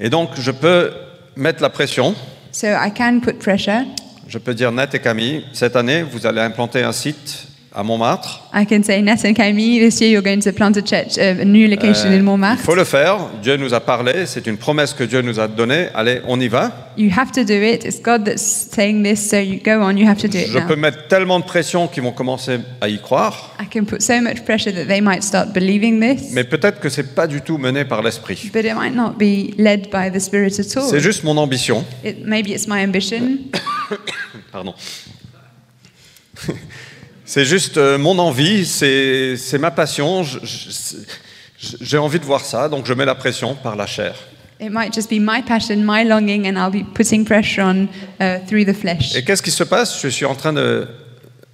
[SPEAKER 2] Et donc, je peux mettre la pression.
[SPEAKER 3] So I can put pressure.
[SPEAKER 2] Je peux dire, Nat et Camille, cette année, vous allez implanter un site à Montmartre.
[SPEAKER 3] I can say, Nat and Camille, this year you're going to plant a church, uh, a new
[SPEAKER 2] Euh,
[SPEAKER 3] location in
[SPEAKER 2] il faut
[SPEAKER 3] Montmartre.
[SPEAKER 2] le faire. Dieu nous a parlé. C'est une promesse que Dieu nous a donnée. Allez, on y va.
[SPEAKER 3] You have to do it. It's God that's saying this, so you go on. You have to do it
[SPEAKER 2] Je peux
[SPEAKER 3] now.
[SPEAKER 2] mettre tellement de pression qu'ils vont commencer à y croire,
[SPEAKER 3] I can put so much pressure that they might start believing this,
[SPEAKER 2] mais peut-être que c'est pas du tout mené par l'esprit.
[SPEAKER 3] but it might not be led by the Spirit at all.
[SPEAKER 2] C'est juste mon ambition.
[SPEAKER 3] It, maybe it's my ambition.
[SPEAKER 2] Pardon. (laughs) C'est juste euh, mon envie, c'est c'est ma passion. je- je- c'est- je- J'ai envie de voir ça, donc je mets la pression par la chair.
[SPEAKER 3] It might just be my passion, my longing, and I'll be putting pressure on uh, through the flesh.
[SPEAKER 2] Et qu'est-ce qui se passe Je suis en train de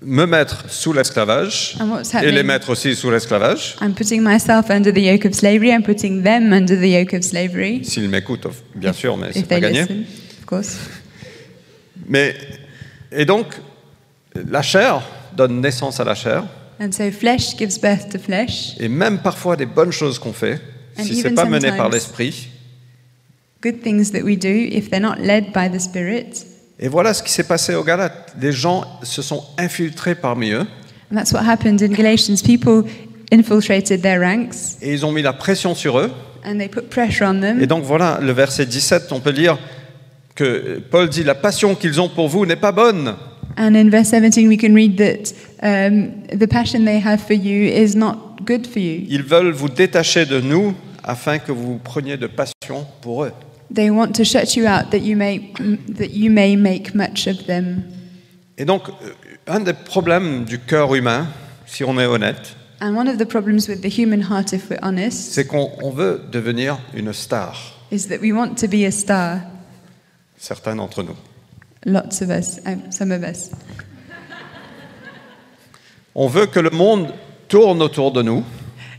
[SPEAKER 2] me mettre sous l'esclavage
[SPEAKER 3] And what's
[SPEAKER 2] et les
[SPEAKER 3] happening?
[SPEAKER 2] mettre aussi sous l'esclavage,
[SPEAKER 3] I'm putting myself under the yoke of slavery. I'm putting them under the yoke of slavery.
[SPEAKER 2] s'ils m'écoutent, bien sûr, mais c'est
[SPEAKER 3] if they
[SPEAKER 2] pas gagné.
[SPEAKER 3] listen, of course.
[SPEAKER 2] Mais et donc la chair donne naissance à la chair
[SPEAKER 3] And so flesh gives birth to flesh.
[SPEAKER 2] et même parfois des bonnes choses qu'on fait,
[SPEAKER 3] And
[SPEAKER 2] si c'est
[SPEAKER 3] even
[SPEAKER 2] pas mené par
[SPEAKER 3] sometimes-
[SPEAKER 2] l'esprit.
[SPEAKER 3] Good things that we do, if they're not led by the Spirit,
[SPEAKER 2] Et voilà ce qui s'est passé aux Galates. Des gens se sont infiltrés parmi eux
[SPEAKER 3] and that's what happened in Galatians. People infiltrated their ranks
[SPEAKER 2] et ils ont mis la pression sur eux.
[SPEAKER 3] and they put pressure on them.
[SPEAKER 2] Et donc voilà, le verset 17, on peut lire que Paul dit la passion qu'ils ont pour vous n'est pas bonne.
[SPEAKER 3] And in verse 17, we can read that um, the passion they have for you is not good for you.
[SPEAKER 2] Ils veulent vous détacher de nous afin que vous preniez de passion pour eux.
[SPEAKER 3] They want to shut you out that you may that you may make much of them.
[SPEAKER 2] Et donc, euh, un des problèmes du cœur humain, si on est honnête,
[SPEAKER 3] And one of the problems with the human heart, if we're honest,
[SPEAKER 2] c'est qu'on on veut devenir une star,
[SPEAKER 3] is that we want to be a star.
[SPEAKER 2] certains d'entre nous.
[SPEAKER 3] Lots of us, um, some of us.
[SPEAKER 2] On veut que le monde tourne autour de nous.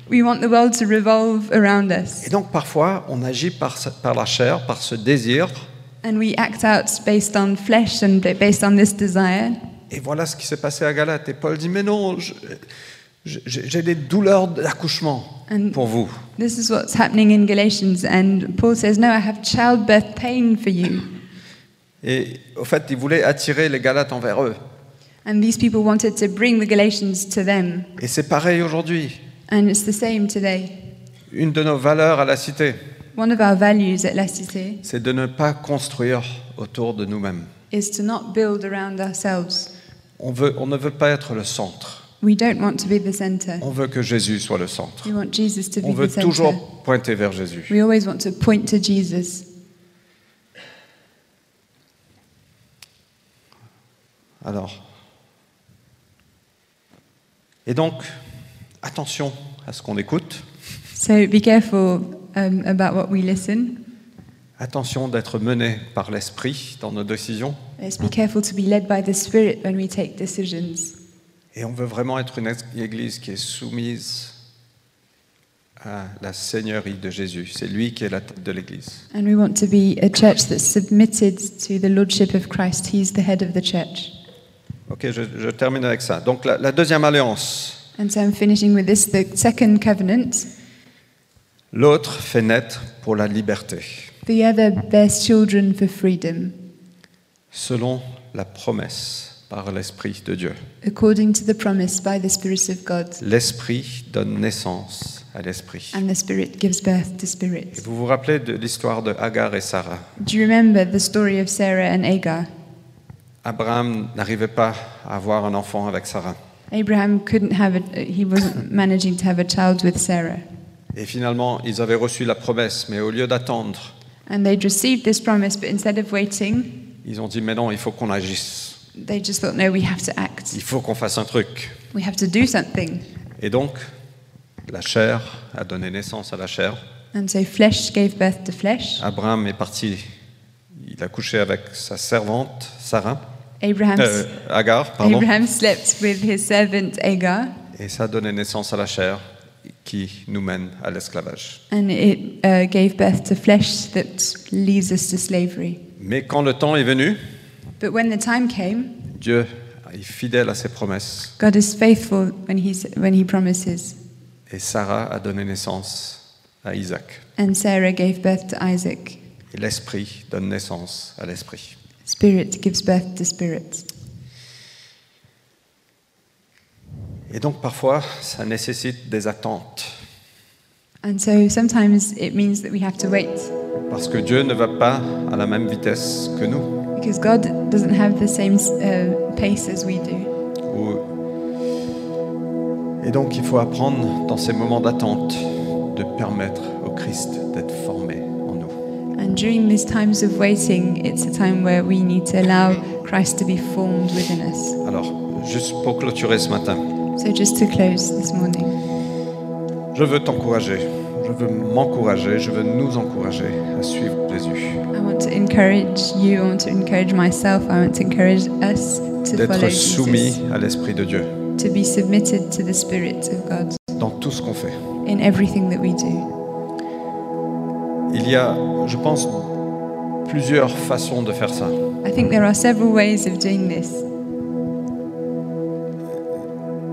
[SPEAKER 3] We want the world to revolve around
[SPEAKER 2] Et
[SPEAKER 3] us,
[SPEAKER 2] donc parfois, on agit par, ce- par la chair, par ce désir.
[SPEAKER 3] and we act out based on flesh and ba- based on this desire.
[SPEAKER 2] Et voilà ce qui s'est passé à Galate. Et Paul dit, mais non, je- je- j'ai j'ai des douleurs d'accouchement
[SPEAKER 3] And-
[SPEAKER 2] pour vous.
[SPEAKER 3] This is what's happening in Galatians, and Paul says, "No, I have childbirth pain for you."
[SPEAKER 2] Et au fait, il voulait attirer les Galates envers eux.
[SPEAKER 3] And these people wanted to bring the Galatians to them,
[SPEAKER 2] Et c'est pareil aujourd'hui.
[SPEAKER 3] and it's the same today.
[SPEAKER 2] Une de nos valeurs à la cité,
[SPEAKER 3] One of our values at La Cité
[SPEAKER 2] c'est de ne pas construire autour de nous-mêmes.
[SPEAKER 3] is to not build around ourselves.
[SPEAKER 2] On, veut, on ne veut pas être le centre.
[SPEAKER 3] We don't want to be the center.
[SPEAKER 2] On veut que Jésus soit le centre.
[SPEAKER 3] We want Jesus to be
[SPEAKER 2] On veut
[SPEAKER 3] the center.
[SPEAKER 2] toujours pointer vers Jésus.
[SPEAKER 3] We always want to point to Jesus.
[SPEAKER 2] Alors. Et donc, attention à ce qu'on écoute,
[SPEAKER 3] So be careful um, about what we listen.
[SPEAKER 2] attention d'être mené par l'esprit dans nos décisions.
[SPEAKER 3] Let's be careful to be led by the Spirit when we take decisions.
[SPEAKER 2] Et on veut vraiment être une es- église qui est soumise à la seigneurie de Jésus. C'est lui qui est la tête de l'église.
[SPEAKER 3] And we want to be a church that's submitted to the Lordship of Christ. He's the head of the church.
[SPEAKER 2] Ok, je, je termine avec ça. Donc la, la deuxième alliance,
[SPEAKER 3] And so I'm finishing with this the second covenant.
[SPEAKER 2] l'autre fait naître pour la liberté,
[SPEAKER 3] The other bears children for freedom,
[SPEAKER 2] selon la promesse par l'Esprit de Dieu.
[SPEAKER 3] according to the promise by the Spirit of God.
[SPEAKER 2] L'Esprit donne naissance à l'Esprit.
[SPEAKER 3] And the Spirit gives birth to
[SPEAKER 2] Et
[SPEAKER 3] spirits.
[SPEAKER 2] vous vous rappelez de l'histoire de Agar et Sarah.
[SPEAKER 3] Do you remember the story of Sarah and Agar?
[SPEAKER 2] Abraham n'arrivait pas à avoir un enfant avec Sarah.
[SPEAKER 3] Abraham couldn't have a, he wasn't managing to have a child with Sarah.
[SPEAKER 2] Et finalement, ils avaient reçu la promesse, mais au lieu d'attendre,
[SPEAKER 3] And they'd received this promise, but instead of waiting,
[SPEAKER 2] ils ont dit Mais non, il faut qu'on agisse,
[SPEAKER 3] they just thought, no, we have to act.
[SPEAKER 2] il faut qu'on fasse un truc.
[SPEAKER 3] We have to do something.
[SPEAKER 2] Et donc, la chair a donné naissance à la chair.
[SPEAKER 3] And so flesh gave birth to flesh.
[SPEAKER 2] Abraham est parti, il a couché avec sa servante, Sarah,
[SPEAKER 3] Abraham,
[SPEAKER 2] euh, Agar, pardon,
[SPEAKER 3] Abraham slept with his servant Agar,
[SPEAKER 2] et ça a donné naissance à la chair qui nous mène à l'esclavage.
[SPEAKER 3] and it uh, gave birth to flesh that leads us to slavery.
[SPEAKER 2] Mais quand le temps est venu,
[SPEAKER 3] But when the time came,
[SPEAKER 2] Dieu est fidèle à ses promesses.
[SPEAKER 3] God is faithful when he, when he promises.
[SPEAKER 2] Et Sarah a donné naissance à Isaac.
[SPEAKER 3] And Sarah gave birth to Isaac.
[SPEAKER 2] Et l'esprit donne naissance à l'esprit.
[SPEAKER 3] Spirit gives birth to spirit.
[SPEAKER 2] Et donc parfois, ça nécessite des attentes,
[SPEAKER 3] And so sometimes it means that we have to wait
[SPEAKER 2] parce que Dieu ne va pas à la même vitesse que nous,
[SPEAKER 3] because God doesn't have the same uh, pace as we do.
[SPEAKER 2] Ou- Et donc il faut apprendre dans ces moments d'attente de permettre au Christ d'être formé en nous.
[SPEAKER 3] And during these times of waiting, it's a time where we need to allow Christ to be formed within us.
[SPEAKER 2] Alors, juste pour clôturer ce matin,
[SPEAKER 3] So just to close this morning,
[SPEAKER 2] je veux t'encourager, je veux m'encourager, je veux nous encourager à suivre Jésus,
[SPEAKER 3] I want to encourage you, I want to encourage myself, I want to encourage us to follow
[SPEAKER 2] d'être soumis
[SPEAKER 3] Jesus,
[SPEAKER 2] à l'Esprit de Dieu
[SPEAKER 3] to be submitted to the Spirit of God
[SPEAKER 2] dans tout ce qu'on fait.
[SPEAKER 3] in everything that we do.
[SPEAKER 2] Il y a, je pense, plusieurs façons de faire ça.
[SPEAKER 3] I think there are several ways of doing this.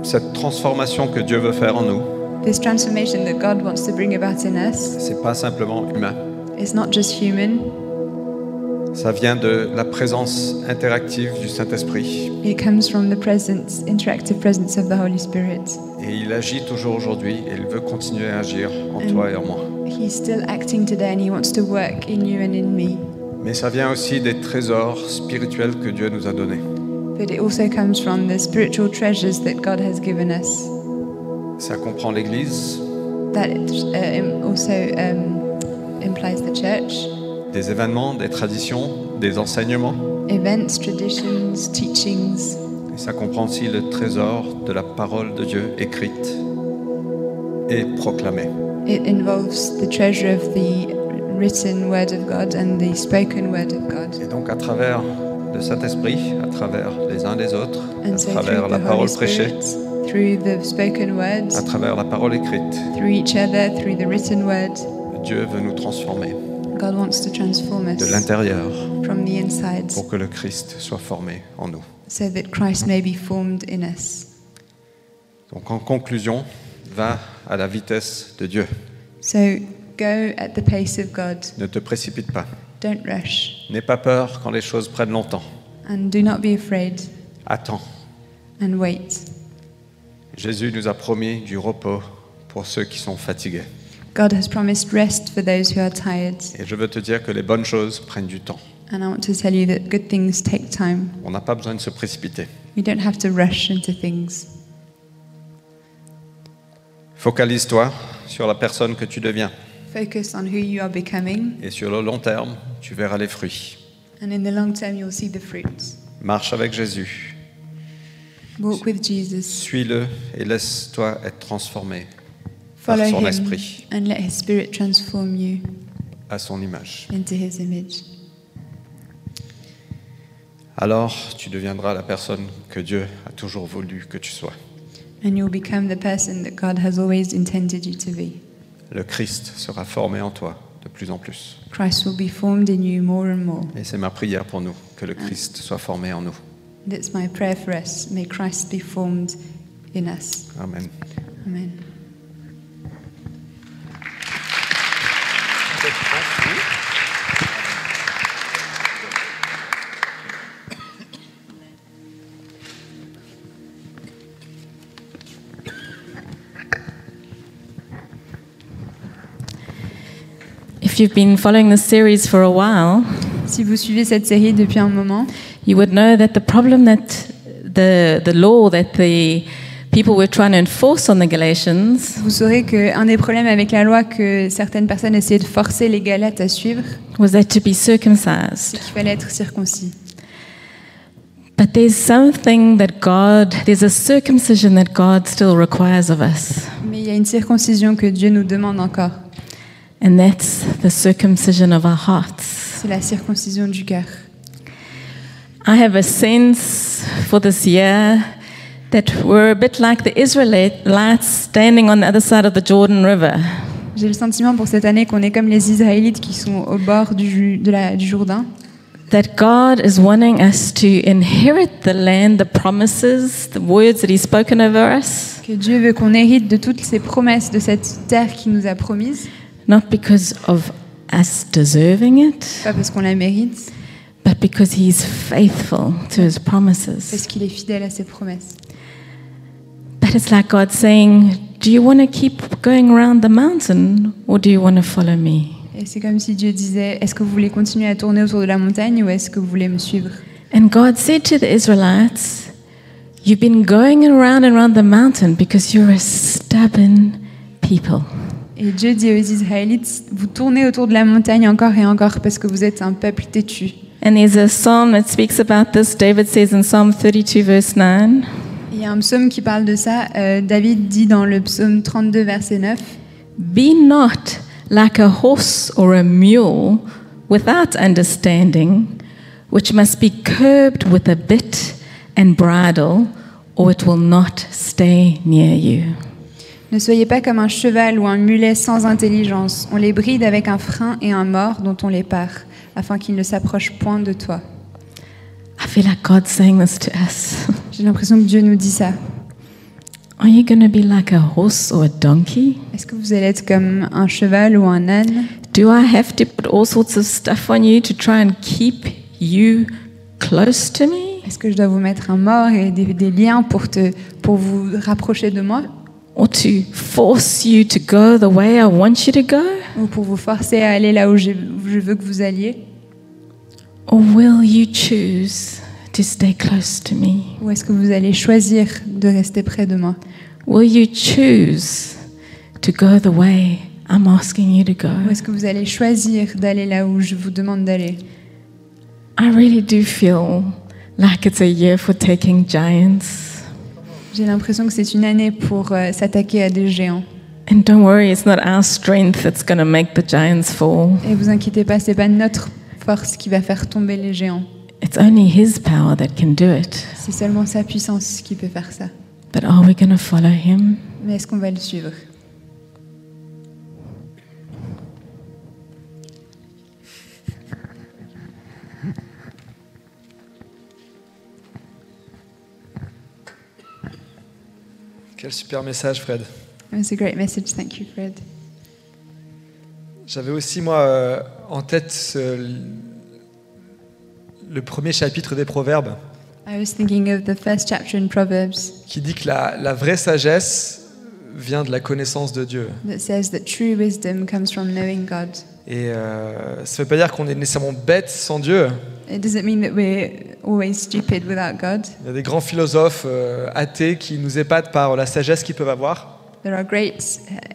[SPEAKER 2] Cette transformation que Dieu veut faire en nous,
[SPEAKER 3] This transformation that God wants to bring about in us
[SPEAKER 2] c'est pas simplement humain.
[SPEAKER 3] is not just human,
[SPEAKER 2] Ça vient de la présence interactive du Saint-Esprit.
[SPEAKER 3] it comes from the presence, interactive presence of the Holy Spirit.
[SPEAKER 2] Et il agit toujours aujourd'hui et il veut continuer à agir en toi et en moi.
[SPEAKER 3] He's still acting today and He wants to work in you and in me.
[SPEAKER 2] Mais ça vient aussi des trésors spirituels que Dieu nous a donnés.
[SPEAKER 3] But it also comes from the spiritual treasures that God has given us.
[SPEAKER 2] Ça comprend l'Église,
[SPEAKER 3] That uh, im- also um, implies the church,
[SPEAKER 2] des événements, des traditions, des enseignements.
[SPEAKER 3] events, traditions, teachings.
[SPEAKER 2] Et ça comprend aussi le trésor de la parole de Dieu écrite et proclamée.
[SPEAKER 3] It involves the treasure of the written word of God and the spoken word of God.
[SPEAKER 2] Et donc à travers le Saint-Esprit, à travers les uns les autres, à
[SPEAKER 3] And so
[SPEAKER 2] travers
[SPEAKER 3] through
[SPEAKER 2] la
[SPEAKER 3] the
[SPEAKER 2] parole
[SPEAKER 3] Holy
[SPEAKER 2] prêchée,
[SPEAKER 3] Spirit, through the spoken
[SPEAKER 2] à
[SPEAKER 3] words,
[SPEAKER 2] travers la parole écrite,
[SPEAKER 3] through each other, through the written word,
[SPEAKER 2] Dieu veut nous transformer
[SPEAKER 3] God wants to transform
[SPEAKER 2] de
[SPEAKER 3] us
[SPEAKER 2] l'intérieur
[SPEAKER 3] from the inside
[SPEAKER 2] pour que le Christ soit formé en nous.
[SPEAKER 3] so that Christ may be formed in us.
[SPEAKER 2] Donc en conclusion, va à la vitesse de Dieu.
[SPEAKER 3] So go at the pace of God,
[SPEAKER 2] Ne te précipite pas.
[SPEAKER 3] don't rush,
[SPEAKER 2] N'aie pas peur quand les choses prennent longtemps.
[SPEAKER 3] and do not be afraid
[SPEAKER 2] Attends.
[SPEAKER 3] and wait.
[SPEAKER 2] Jésus nous a promis du repos pour ceux qui sont fatigués.
[SPEAKER 3] God has promised rest for those who are tired,
[SPEAKER 2] Et je veux te dire que les bonnes choses prennent du temps.
[SPEAKER 3] and I want to tell you that good things take time.
[SPEAKER 2] On n'a pas besoin de se précipiter.
[SPEAKER 3] We don't have to rush into things.
[SPEAKER 2] Focalise-toi sur la personne que tu deviens.
[SPEAKER 3] Focus on who you are becoming,
[SPEAKER 2] Et sur le long terme, tu verras les fruits.
[SPEAKER 3] and in the long term, you'll see the fruits.
[SPEAKER 2] Marche avec Jésus.
[SPEAKER 3] Walk with Jesus.
[SPEAKER 2] Suis-le et laisse-toi être transformé par
[SPEAKER 3] Follow
[SPEAKER 2] son
[SPEAKER 3] him
[SPEAKER 2] esprit,
[SPEAKER 3] and let his spirit transform you
[SPEAKER 2] à son image.
[SPEAKER 3] into his image.
[SPEAKER 2] Alors, tu deviendras la personne que Dieu a toujours voulu que tu sois.
[SPEAKER 3] And you'll become the person that God has always intended you to be.
[SPEAKER 2] Le Christ sera formé en toi de plus en plus.
[SPEAKER 3] Christ will be formed in you more and more.
[SPEAKER 2] Et c'est ma prière pour nous, que le Christ soit formé en nous.
[SPEAKER 3] That's my prayer for us. May Christ be formed in us.
[SPEAKER 2] Amen.
[SPEAKER 3] Amen.
[SPEAKER 1] If you've been following this series for a while,
[SPEAKER 3] Si vous suivez cette série depuis un moment,
[SPEAKER 1] you would know that the problem that the, the law that the people were trying to enforce on the Galatians
[SPEAKER 3] vous saurez qu'un des problèmes avec la loi que certaines personnes essayaient de forcer les Galates à suivre,
[SPEAKER 1] was that to be
[SPEAKER 3] c'est
[SPEAKER 1] circumcised.
[SPEAKER 3] qu'il fallait être circoncis.
[SPEAKER 1] But there's something that God, there's a circumcision that God still requires of us,
[SPEAKER 3] Mais il y a une circoncision que Dieu nous demande encore.
[SPEAKER 1] and that's the circumcision of our hearts.
[SPEAKER 3] C'est la circoncision du cœur.
[SPEAKER 1] I have a sense for this year that we're a bit like the Israelites standing on the other side of the Jordan River.
[SPEAKER 3] J'ai le sentiment pour cette année qu'on est comme les Israélites qui sont au bord du, Ju- de la- du Jourdain,
[SPEAKER 1] That God is wanting us to inherit the land, the promises, the words that He's spoken over us,
[SPEAKER 3] que Dieu veut qu'on hérite de toutes ces promesses de cette terre qu'il nous a promise,
[SPEAKER 1] not because of us deserving it,
[SPEAKER 3] pas parce qu'on la mérite,
[SPEAKER 1] but because He's faithful to
[SPEAKER 3] parce
[SPEAKER 1] His promises.
[SPEAKER 3] qu'il est fidèle à ses promesses.
[SPEAKER 1] But But it's like God saying, Do you want to keep going around the mountain or do you want to follow me?
[SPEAKER 3] Et c'est comme si Dieu disait, est-ce que vous voulez continuer à tourner autour de la montagne ou est-ce que vous voulez me suivre
[SPEAKER 1] And God said to the Israelites, You've been going around and around the mountain because you're a stubborn people.
[SPEAKER 3] Et Dieu dit aux Israélites, vous tournez autour de la montagne encore et encore parce que vous êtes un peuple têtu.
[SPEAKER 1] And there's a psalm that speaks about this. David says in Psalm 32, verse 9,
[SPEAKER 3] Il y a un psaume qui parle de ça. Euh, David dit dans le psaume 32, verset 9,
[SPEAKER 1] Be not like a horse or a mule without understanding, which must be curbed with a bit and bridle, or it will not stay near you.
[SPEAKER 3] Ne soyez pas comme un cheval ou un mulet sans intelligence. On les bride avec un frein et un mort dont on les part, afin qu'ils ne s'approchent point de toi.
[SPEAKER 1] I feel like God's saying this to us. (laughs)
[SPEAKER 3] J'ai l'impression que Dieu nous dit ça.
[SPEAKER 1] Are you going to be like a horse or a donkey?
[SPEAKER 3] Est-ce que vous allez être comme un cheval ou un âne
[SPEAKER 1] Do I have to put all sorts of stuff on you to try and keep you close to me?
[SPEAKER 3] Est-ce que je dois vous mettre un mort et des, des liens pour, te, pour vous rapprocher de moi
[SPEAKER 1] Or to force you to go the way I want you to go?
[SPEAKER 3] Ou pour vous forcer à aller là où je, où je veux que vous alliez
[SPEAKER 1] Or will you choose to stay close to me?
[SPEAKER 3] Ou est-ce que vous allez choisir de rester près de moi
[SPEAKER 1] Will you choose to go the way I'm asking you to
[SPEAKER 3] Ou
[SPEAKER 1] go?
[SPEAKER 3] est-ce que vous allez choisir d'aller là où je vous demande d'aller
[SPEAKER 1] I really do feel like it's a year for taking giants.
[SPEAKER 3] J'ai l'impression que c'est une année pour euh, s'attaquer à des géants.
[SPEAKER 1] And don't worry, it's not our strength that's going to make the giants fall.
[SPEAKER 3] Et vous inquiétez pas, c'est pas notre force qui va faire tomber les géants.
[SPEAKER 1] It's only His power that can do it.
[SPEAKER 3] C'est seulement sa puissance qui peut faire ça.
[SPEAKER 1] But are we going to follow Him?
[SPEAKER 3] Mais est-ce qu'on va le suivre
[SPEAKER 4] Quel super message, Fred.
[SPEAKER 3] That's a Oh, great message, thank you, Fred.
[SPEAKER 4] J'avais aussi, moi, euh, en tête ce- le premier chapitre des Proverbes
[SPEAKER 3] I was thinking of the first chapter in Proverbs
[SPEAKER 4] qui dit que la, la vraie sagesse vient de la connaissance de Dieu.
[SPEAKER 3] that says that true wisdom comes from knowing God.
[SPEAKER 4] Et euh, ça ne veut pas dire qu'on est nécessairement bête sans Dieu.
[SPEAKER 3] It doesn't mean that we're always stupid without God.
[SPEAKER 4] Il y a des grands philosophes euh, athées qui nous épatent par la sagesse qu'ils peuvent avoir.
[SPEAKER 3] There are great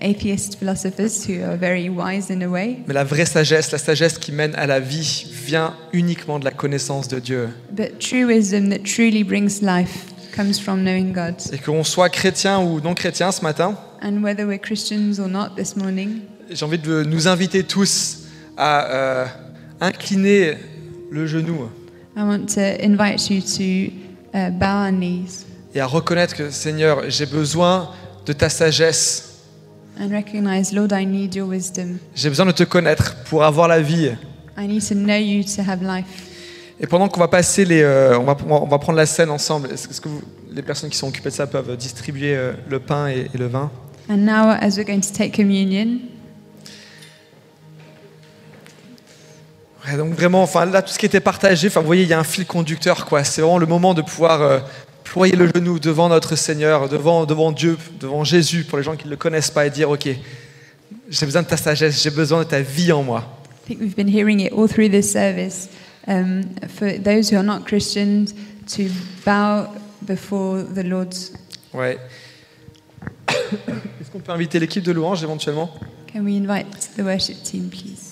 [SPEAKER 3] atheist philosophers who are very wise in a way,
[SPEAKER 4] Mais la vraie sagesse, la sagesse qui mène à la vie, vient uniquement de la connaissance de Dieu.
[SPEAKER 3] but true wisdom that truly brings life comes from knowing God.
[SPEAKER 4] Et qu'on soit chrétien ou non chrétien ce matin,
[SPEAKER 3] And whether we're Christians or not this morning,
[SPEAKER 4] J'ai envie de nous inviter tous à euh, incliner le genou
[SPEAKER 3] I want to invite you to uh, bow our knees
[SPEAKER 4] et à reconnaître que Seigneur, j'ai besoin de ta sagesse,
[SPEAKER 3] and recognize, Lord, I need your wisdom.
[SPEAKER 4] j'ai besoin de te connaître pour avoir la vie.
[SPEAKER 3] I need to know you to have life.
[SPEAKER 4] Et pendant qu'on va passer les, euh, on, va, on va prendre la scène ensemble. Est-ce est-ce que vous- les personnes qui sont occupées de ça peuvent distribuer euh, le pain et, et le vin
[SPEAKER 3] And now, as we're going to take communion,
[SPEAKER 4] Ouais, Donc vraiment, enfin là tout ce qui était partagé, enfin vous voyez, il y a un fil conducteur quoi. C'est vraiment le moment de pouvoir euh, ployer le genou devant notre Seigneur, devant devant Dieu, devant Jésus pour les gens qui ne le connaissent pas et dire OK, j'ai besoin de ta sagesse, j'ai besoin de ta vie en moi.
[SPEAKER 3] I think we've been hearing it all through this service. Um, for those who are not Christians, to bow before the Lord.
[SPEAKER 4] Ouais. (coughs) Est-ce qu'on peut inviter l'équipe de louange éventuellement
[SPEAKER 3] Can we invite the worship team, please?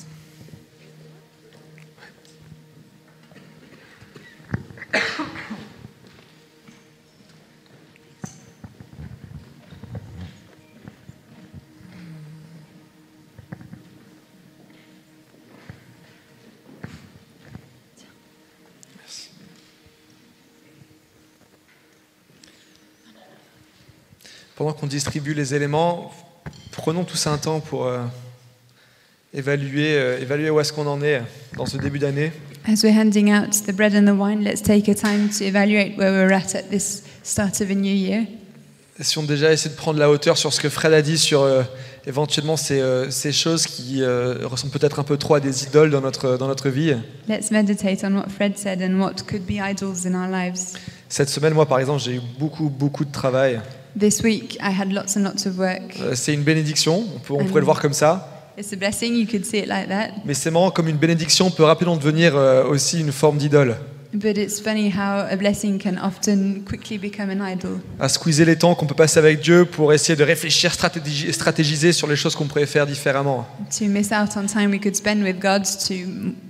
[SPEAKER 4] Pendant qu'on distribue les éléments, prenons tous un temps pour euh, évaluer euh, évaluer où est-ce qu'on en est dans ce début d'année.
[SPEAKER 3] As we're handing out the bread and the wine, let's take a time to evaluate where we're at at this start of a new year.
[SPEAKER 4] Si on déjà essayé de prendre la hauteur sur ce que Fred a dit sur euh, éventuellement ces, euh, ces choses qui euh, ressemblent peut-être un peu trop à des idoles dans notre, dans notre vie.
[SPEAKER 3] Let's meditate on what Fred said and what could be idols in our lives.
[SPEAKER 4] Cette semaine, moi par exemple, j'ai eu beaucoup, beaucoup de travail.
[SPEAKER 3] This week, I had lots and lots of work.
[SPEAKER 4] Euh, C'est une bénédiction, on, peut- on pourrait le voir comme ça.
[SPEAKER 3] It's a blessing, you could see it like that.
[SPEAKER 4] Mais c'est marrant, comme une bénédiction peut rapidement devenir euh, aussi une forme d'idole.
[SPEAKER 3] But it's funny how a blessing can often quickly become an idol.
[SPEAKER 4] À squeezer les temps qu'on peut passer avec Dieu pour essayer de réfléchir, stratégi- stratégiser sur les choses qu'on pourrait faire différemment.
[SPEAKER 3] To miss out on time we could spend with God to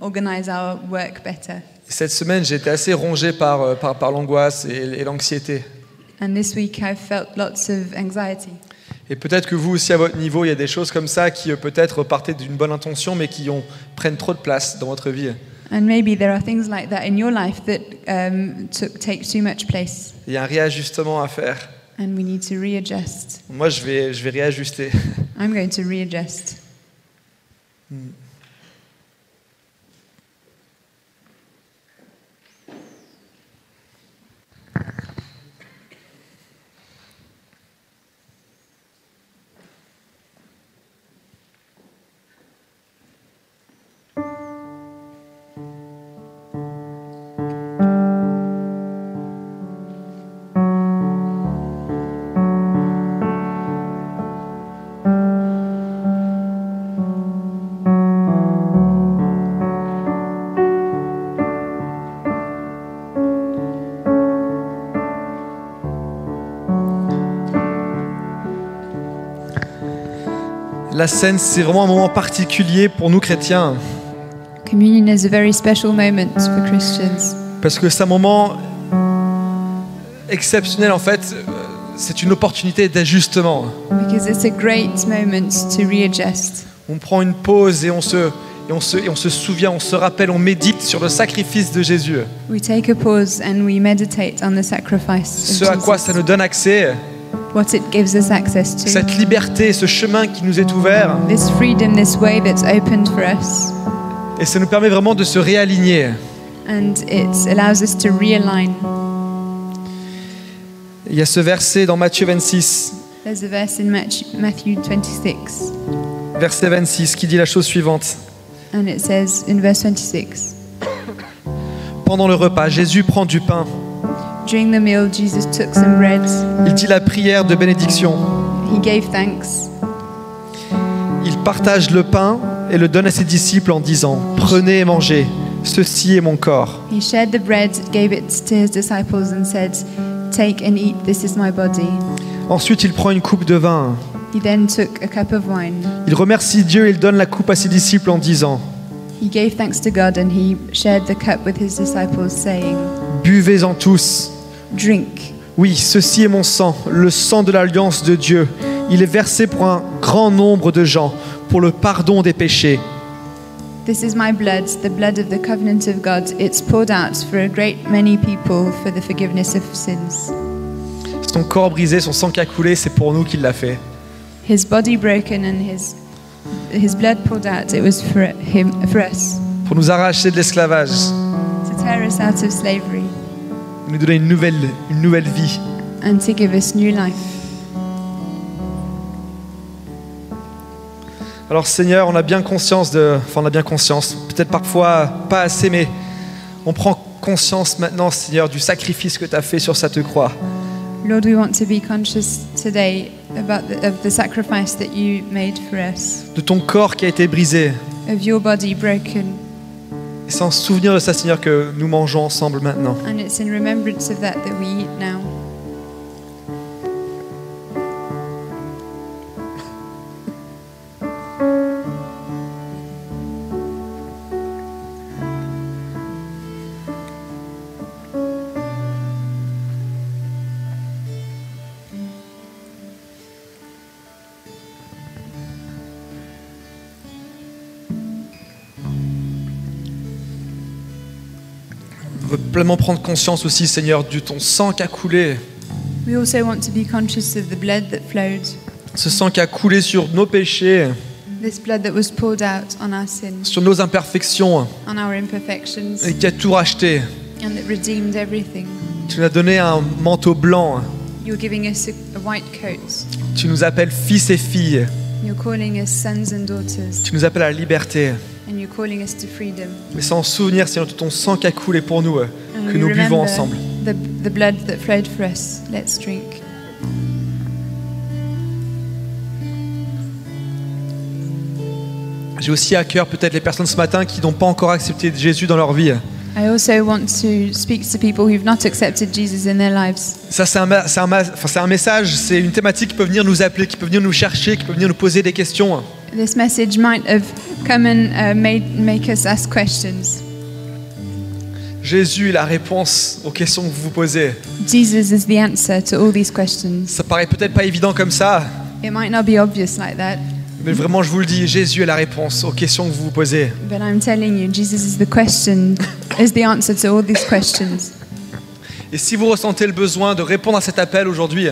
[SPEAKER 3] organize our work better.
[SPEAKER 4] Cette semaine, j'ai été assez rongé par, euh, par, par l'angoisse et, et l'anxiété.
[SPEAKER 3] And this week, I felt lots of anxiety.
[SPEAKER 4] Et peut-être que vous aussi, à votre niveau, il y a des choses comme ça qui euh, peut-être partaient d'une bonne intention, mais qui ont, prennent trop de place dans votre vie.
[SPEAKER 3] And maybe there are things like that in your life that um, took, take too much place,
[SPEAKER 4] Il y a un réajustement à faire.
[SPEAKER 3] and we need to readjust.
[SPEAKER 4] Moi, je vais, je vais réajuster. (laughs)
[SPEAKER 3] I'm going to readjust.
[SPEAKER 4] La scène, c'est vraiment un moment particulier pour nous chrétiens.
[SPEAKER 3] Communion is a very special moment for Christians
[SPEAKER 4] Parce que c'est un moment exceptionnel, en fait. euh, C'est une opportunité d'ajustement.
[SPEAKER 3] because it's a great moment to readjust.
[SPEAKER 4] On prend une pause et on, se, et, on se, et on se souvient, on se rappelle, on médite sur le sacrifice de Jésus.
[SPEAKER 3] We take a pause and we meditate on the sacrifice
[SPEAKER 4] Ce
[SPEAKER 3] of
[SPEAKER 4] à quoi ça
[SPEAKER 3] Jesus,
[SPEAKER 4] nous donne accès,
[SPEAKER 3] what it gives us access to.
[SPEAKER 4] cette liberté, ce chemin qui nous est ouvert.
[SPEAKER 3] this freedom, this way that's opened for us,
[SPEAKER 4] Et ça nous permet vraiment de se réaligner.
[SPEAKER 3] and it allows us to realign.
[SPEAKER 4] Il y a ce verset dans Matthieu 26,
[SPEAKER 3] There's a verse in Mat- Matthew 26,
[SPEAKER 4] verset 26, qui dit la chose suivante.
[SPEAKER 3] and it says in verse 26.
[SPEAKER 4] Pendant le repas, Jésus prend du pain.
[SPEAKER 3] During the meal, Jesus took some bread.
[SPEAKER 4] Il dit la prière de bénédiction.
[SPEAKER 3] He gave thanks.
[SPEAKER 4] Il partage le pain et le donne à ses disciples en disant Prenez et mangez, ceci est mon corps.
[SPEAKER 3] He shared the bread, gave it to his disciples, and said, Take and eat, this is my body.
[SPEAKER 4] Ensuite, il prend une coupe de vin.
[SPEAKER 3] He then took a cup of wine.
[SPEAKER 4] Il remercie Dieu et il donne la coupe à ses disciples en disant
[SPEAKER 3] He gave thanks to God, and he shared the cup with his disciples, saying,
[SPEAKER 4] Buvez-en tous.
[SPEAKER 3] Drink.
[SPEAKER 4] Oui, ceci est mon sang, le sang de l'alliance de Dieu. Il est versé pour un grand nombre de gens, pour le pardon des péchés.
[SPEAKER 3] This is my blood, the blood of the covenant of God. It's poured out for a great many people for the forgiveness of sins.
[SPEAKER 4] Son corps brisé, son sang qui a coulé, c'est pour nous qu'il l'a fait.
[SPEAKER 3] His body broken and his his blood poured out. It was for him, for us,
[SPEAKER 4] Pour nous arracher de l'esclavage,
[SPEAKER 3] to tear us out of slavery.
[SPEAKER 4] nous donner une nouvelle, une nouvelle vie.
[SPEAKER 3] and to give us new life.
[SPEAKER 4] Alors Seigneur, on a bien conscience de... Enfin, on a bien conscience, peut-être parfois pas assez, mais on prend conscience maintenant, Seigneur, du sacrifice que tu as fait sur cette croix.
[SPEAKER 3] Lord, we want to be conscious today about the, of the sacrifice that you made for us,
[SPEAKER 4] de ton corps qui a été brisé.
[SPEAKER 3] of your body broken,
[SPEAKER 4] Et c'est en souvenir de ça, Seigneur, que nous mangeons ensemble maintenant.
[SPEAKER 3] and it's in remembrance of that that we eat now.
[SPEAKER 4] On veut pleinement prendre conscience aussi, Seigneur, du ton sang qui a coulé.
[SPEAKER 3] We also want to be conscious of the blood that flowed,
[SPEAKER 4] Ce sang qui a coulé sur nos péchés,
[SPEAKER 3] this blood that was poured out on our sins,
[SPEAKER 4] sur nos imperfections,
[SPEAKER 3] on our imperfections,
[SPEAKER 4] et qui a tout racheté.
[SPEAKER 3] and that redeemed everything.
[SPEAKER 4] Tu nous as donné un manteau blanc.
[SPEAKER 3] You're giving us a, a white coat.
[SPEAKER 4] Tu nous appelles fils et filles.
[SPEAKER 3] You're calling us sons and daughters,
[SPEAKER 4] Tu nous appelles à la liberté.
[SPEAKER 3] and you're calling us to freedom.
[SPEAKER 4] Mais c'est en souvenir, Seigneur, de ton sang qui a coulé pour nous, euh,
[SPEAKER 3] And
[SPEAKER 4] que
[SPEAKER 3] we
[SPEAKER 4] nous
[SPEAKER 3] remember
[SPEAKER 4] buvons ensemble.
[SPEAKER 3] the, the blood that flowed for us. Let's drink.
[SPEAKER 4] J'ai aussi à cœur peut-être les personnes ce matin qui n'ont pas encore accepté Jésus dans leur vie.
[SPEAKER 3] I also want to speak to people who've not accepted Jesus in their lives.
[SPEAKER 4] Ça, c'est un, ma- c'est un ma- enfin, c'est un message, c'est une thématique qui peut venir nous appeler, qui peut venir nous chercher, qui peut venir nous poser des questions.
[SPEAKER 3] This message might have come and uh, made, make us ask questions.
[SPEAKER 4] Jésus est la réponse aux questions que vous vous posez.
[SPEAKER 3] Jesus is the answer to all these questions.
[SPEAKER 4] Ça paraît peut-être pas évident comme ça,
[SPEAKER 3] It might not be obvious like that,
[SPEAKER 4] mais vraiment, je vous le dis, Jésus est la réponse aux questions que vous vous posez.
[SPEAKER 3] but I'm telling you, Jesus is the
[SPEAKER 4] (laughs)
[SPEAKER 3] question, is the answer to all these questions.
[SPEAKER 4] Et si vous ressentez le besoin de répondre à cet appel aujourd'hui,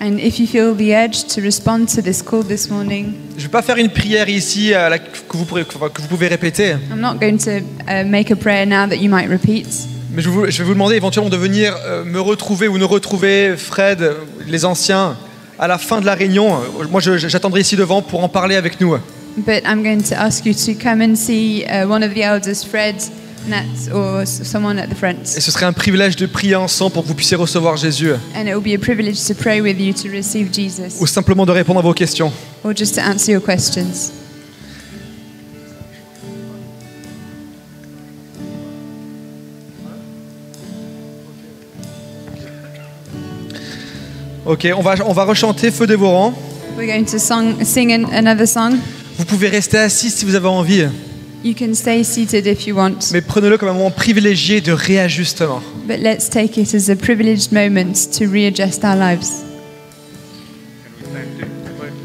[SPEAKER 3] And if you feel the urge to respond to this call this morning,
[SPEAKER 4] je ne vais pas faire une prière ici à la- que, vous pourrez- enfin, que vous pouvez répéter,
[SPEAKER 3] I'm not going to uh, make a prayer now that you might repeat.
[SPEAKER 4] mais je, vous- je vais vous demander éventuellement de venir euh, me retrouver ou nous retrouver, Fred, euh, les anciens, à la fin de la réunion. Euh, Moi, je- j'attendrai ici devant pour en parler avec nous.
[SPEAKER 3] But I'm going to ask you to come and see uh, one of the elders, Fred, Nat, or s- someone at the
[SPEAKER 4] Et
[SPEAKER 3] front.
[SPEAKER 4] ce serait un privilège de prier ensemble pour que vous puissiez recevoir Jésus,
[SPEAKER 3] And it will be a privilege to pray with you to receive Jesus
[SPEAKER 4] ou simplement de répondre à vos questions.
[SPEAKER 3] or just to answer your questions.
[SPEAKER 4] Ok, on va, on va rechanter Feu dévorant.
[SPEAKER 3] We're going to song, sing an, another song.
[SPEAKER 4] Vous pouvez rester assis si vous avez envie,
[SPEAKER 3] You can stay seated if you want,
[SPEAKER 4] mais prenez-le comme un moment privilégié de réajustement.
[SPEAKER 3] but let's take it as a privileged moment to readjust our lives.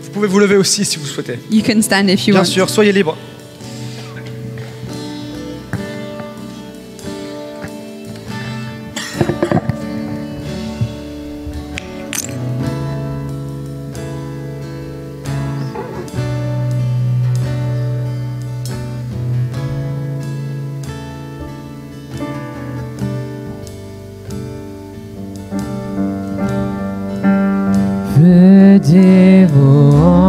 [SPEAKER 4] Vous pouvez vous lever aussi si vous souhaitez.
[SPEAKER 3] You can stand if you
[SPEAKER 4] Bien
[SPEAKER 3] want.
[SPEAKER 4] sûr, soyez libre.
[SPEAKER 5] Feu dévorant,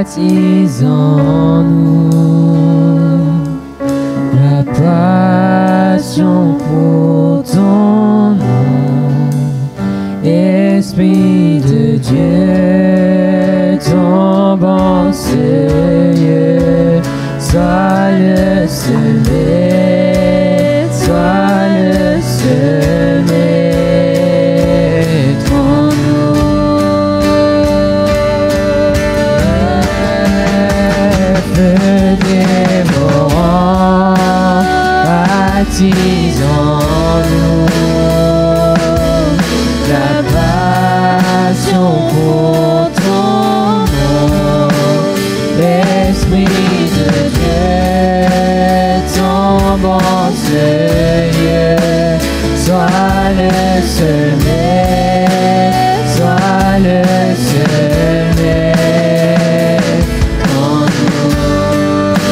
[SPEAKER 5] attise en nous la passion pour ton nom, Esprit de Dieu, tombe en ce lieu, sois le sommet, sois le sommet, ton feu dévorant, baptise en nous la passion pour ton nom. L'Esprit de Dieu tombe en ce lieu, sois le sommet, sois le sommet en nous.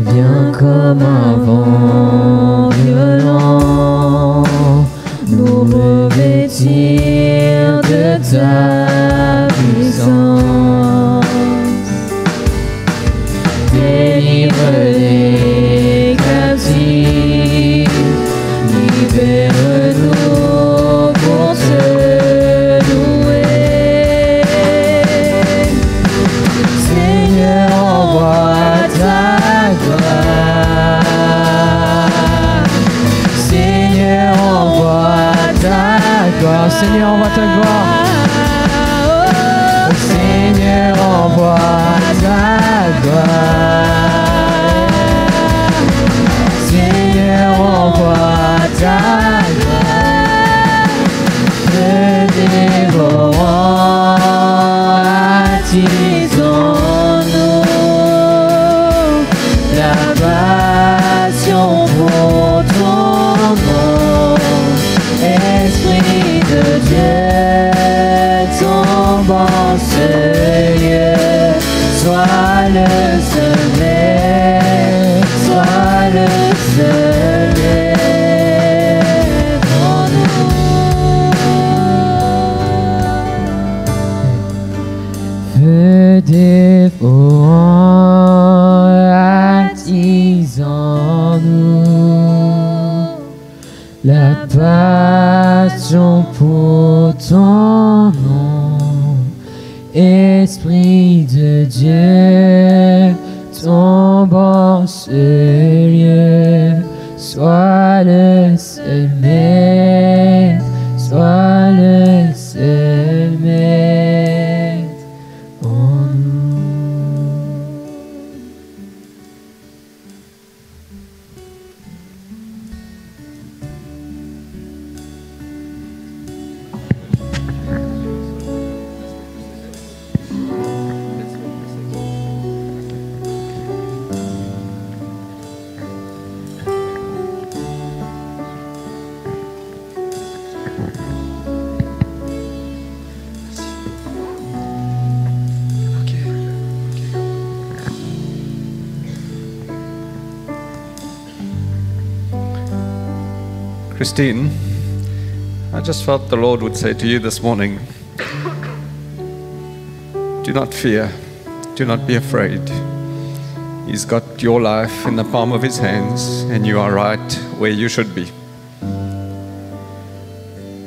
[SPEAKER 5] Viens comme un vent violent nous revêtir de ta puissance. Délivre les captifs, libère-nous pour te louer. Seigneur, envoie ta gloire. Seigneur, envoie ta gloire. Seigneur, envoie ta gloire. Seigneur, envoie ta gloire. Seigneur, envoie ta gloire. Feu dévorant, attisons-nous la passion pour ton nom. la passion pour ton nom, Esprit de Dieu, tombe en ce lieu, sois le seul maître, sois le seul maître en nous.
[SPEAKER 2] Christine, I just felt the Lord would say to you this morning do not fear, do not be afraid. He's got your life in the palm of his hands, and you are right where you should be.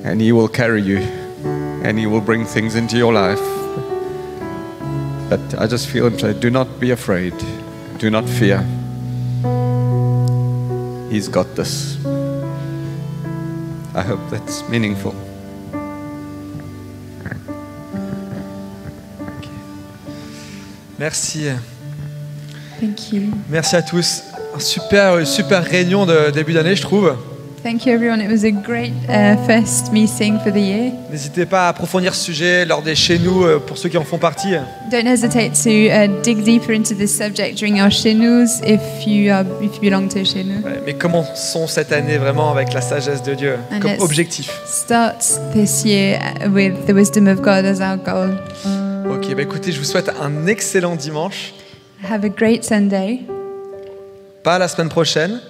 [SPEAKER 2] And he will carry you, and he will bring things into your life. But I just feel him say, do not be afraid, do not fear. He's got this. I hope that's meaningful.
[SPEAKER 4] Merci.
[SPEAKER 3] Thank you.
[SPEAKER 4] Merci à tous. Un Super, une super réunion de début d'année, je trouve.
[SPEAKER 3] Thank you, everyone. It was a great uh, first meeting for the year.
[SPEAKER 4] N'hésitez pas à approfondir ce sujet lors des chez nous euh, pour ceux qui en font partie.
[SPEAKER 3] Don't hesitate to uh, dig deeper into this subject during our Shenus if you are, if you belong to a Shenu.
[SPEAKER 4] Ouais, Mais commençons cette année vraiment avec la sagesse de Dieu
[SPEAKER 3] Un
[SPEAKER 4] comme
[SPEAKER 3] est-
[SPEAKER 4] objectif.
[SPEAKER 3] Start this year uh, with the wisdom of God as our goal.
[SPEAKER 4] Ok, bah écoutez, je vous souhaite un excellent dimanche.
[SPEAKER 3] Have a great Sunday.
[SPEAKER 4] Pas la semaine prochaine,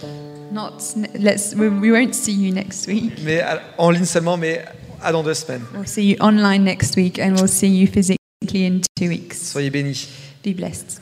[SPEAKER 3] Not n- let's we, we won't see you next week.
[SPEAKER 4] mais à- en ligne seulement, mais à dans deux semaines.
[SPEAKER 3] We'll see you online next week, and we'll see you physically in two weeks.
[SPEAKER 4] Soyez bénis.
[SPEAKER 3] Be blessed.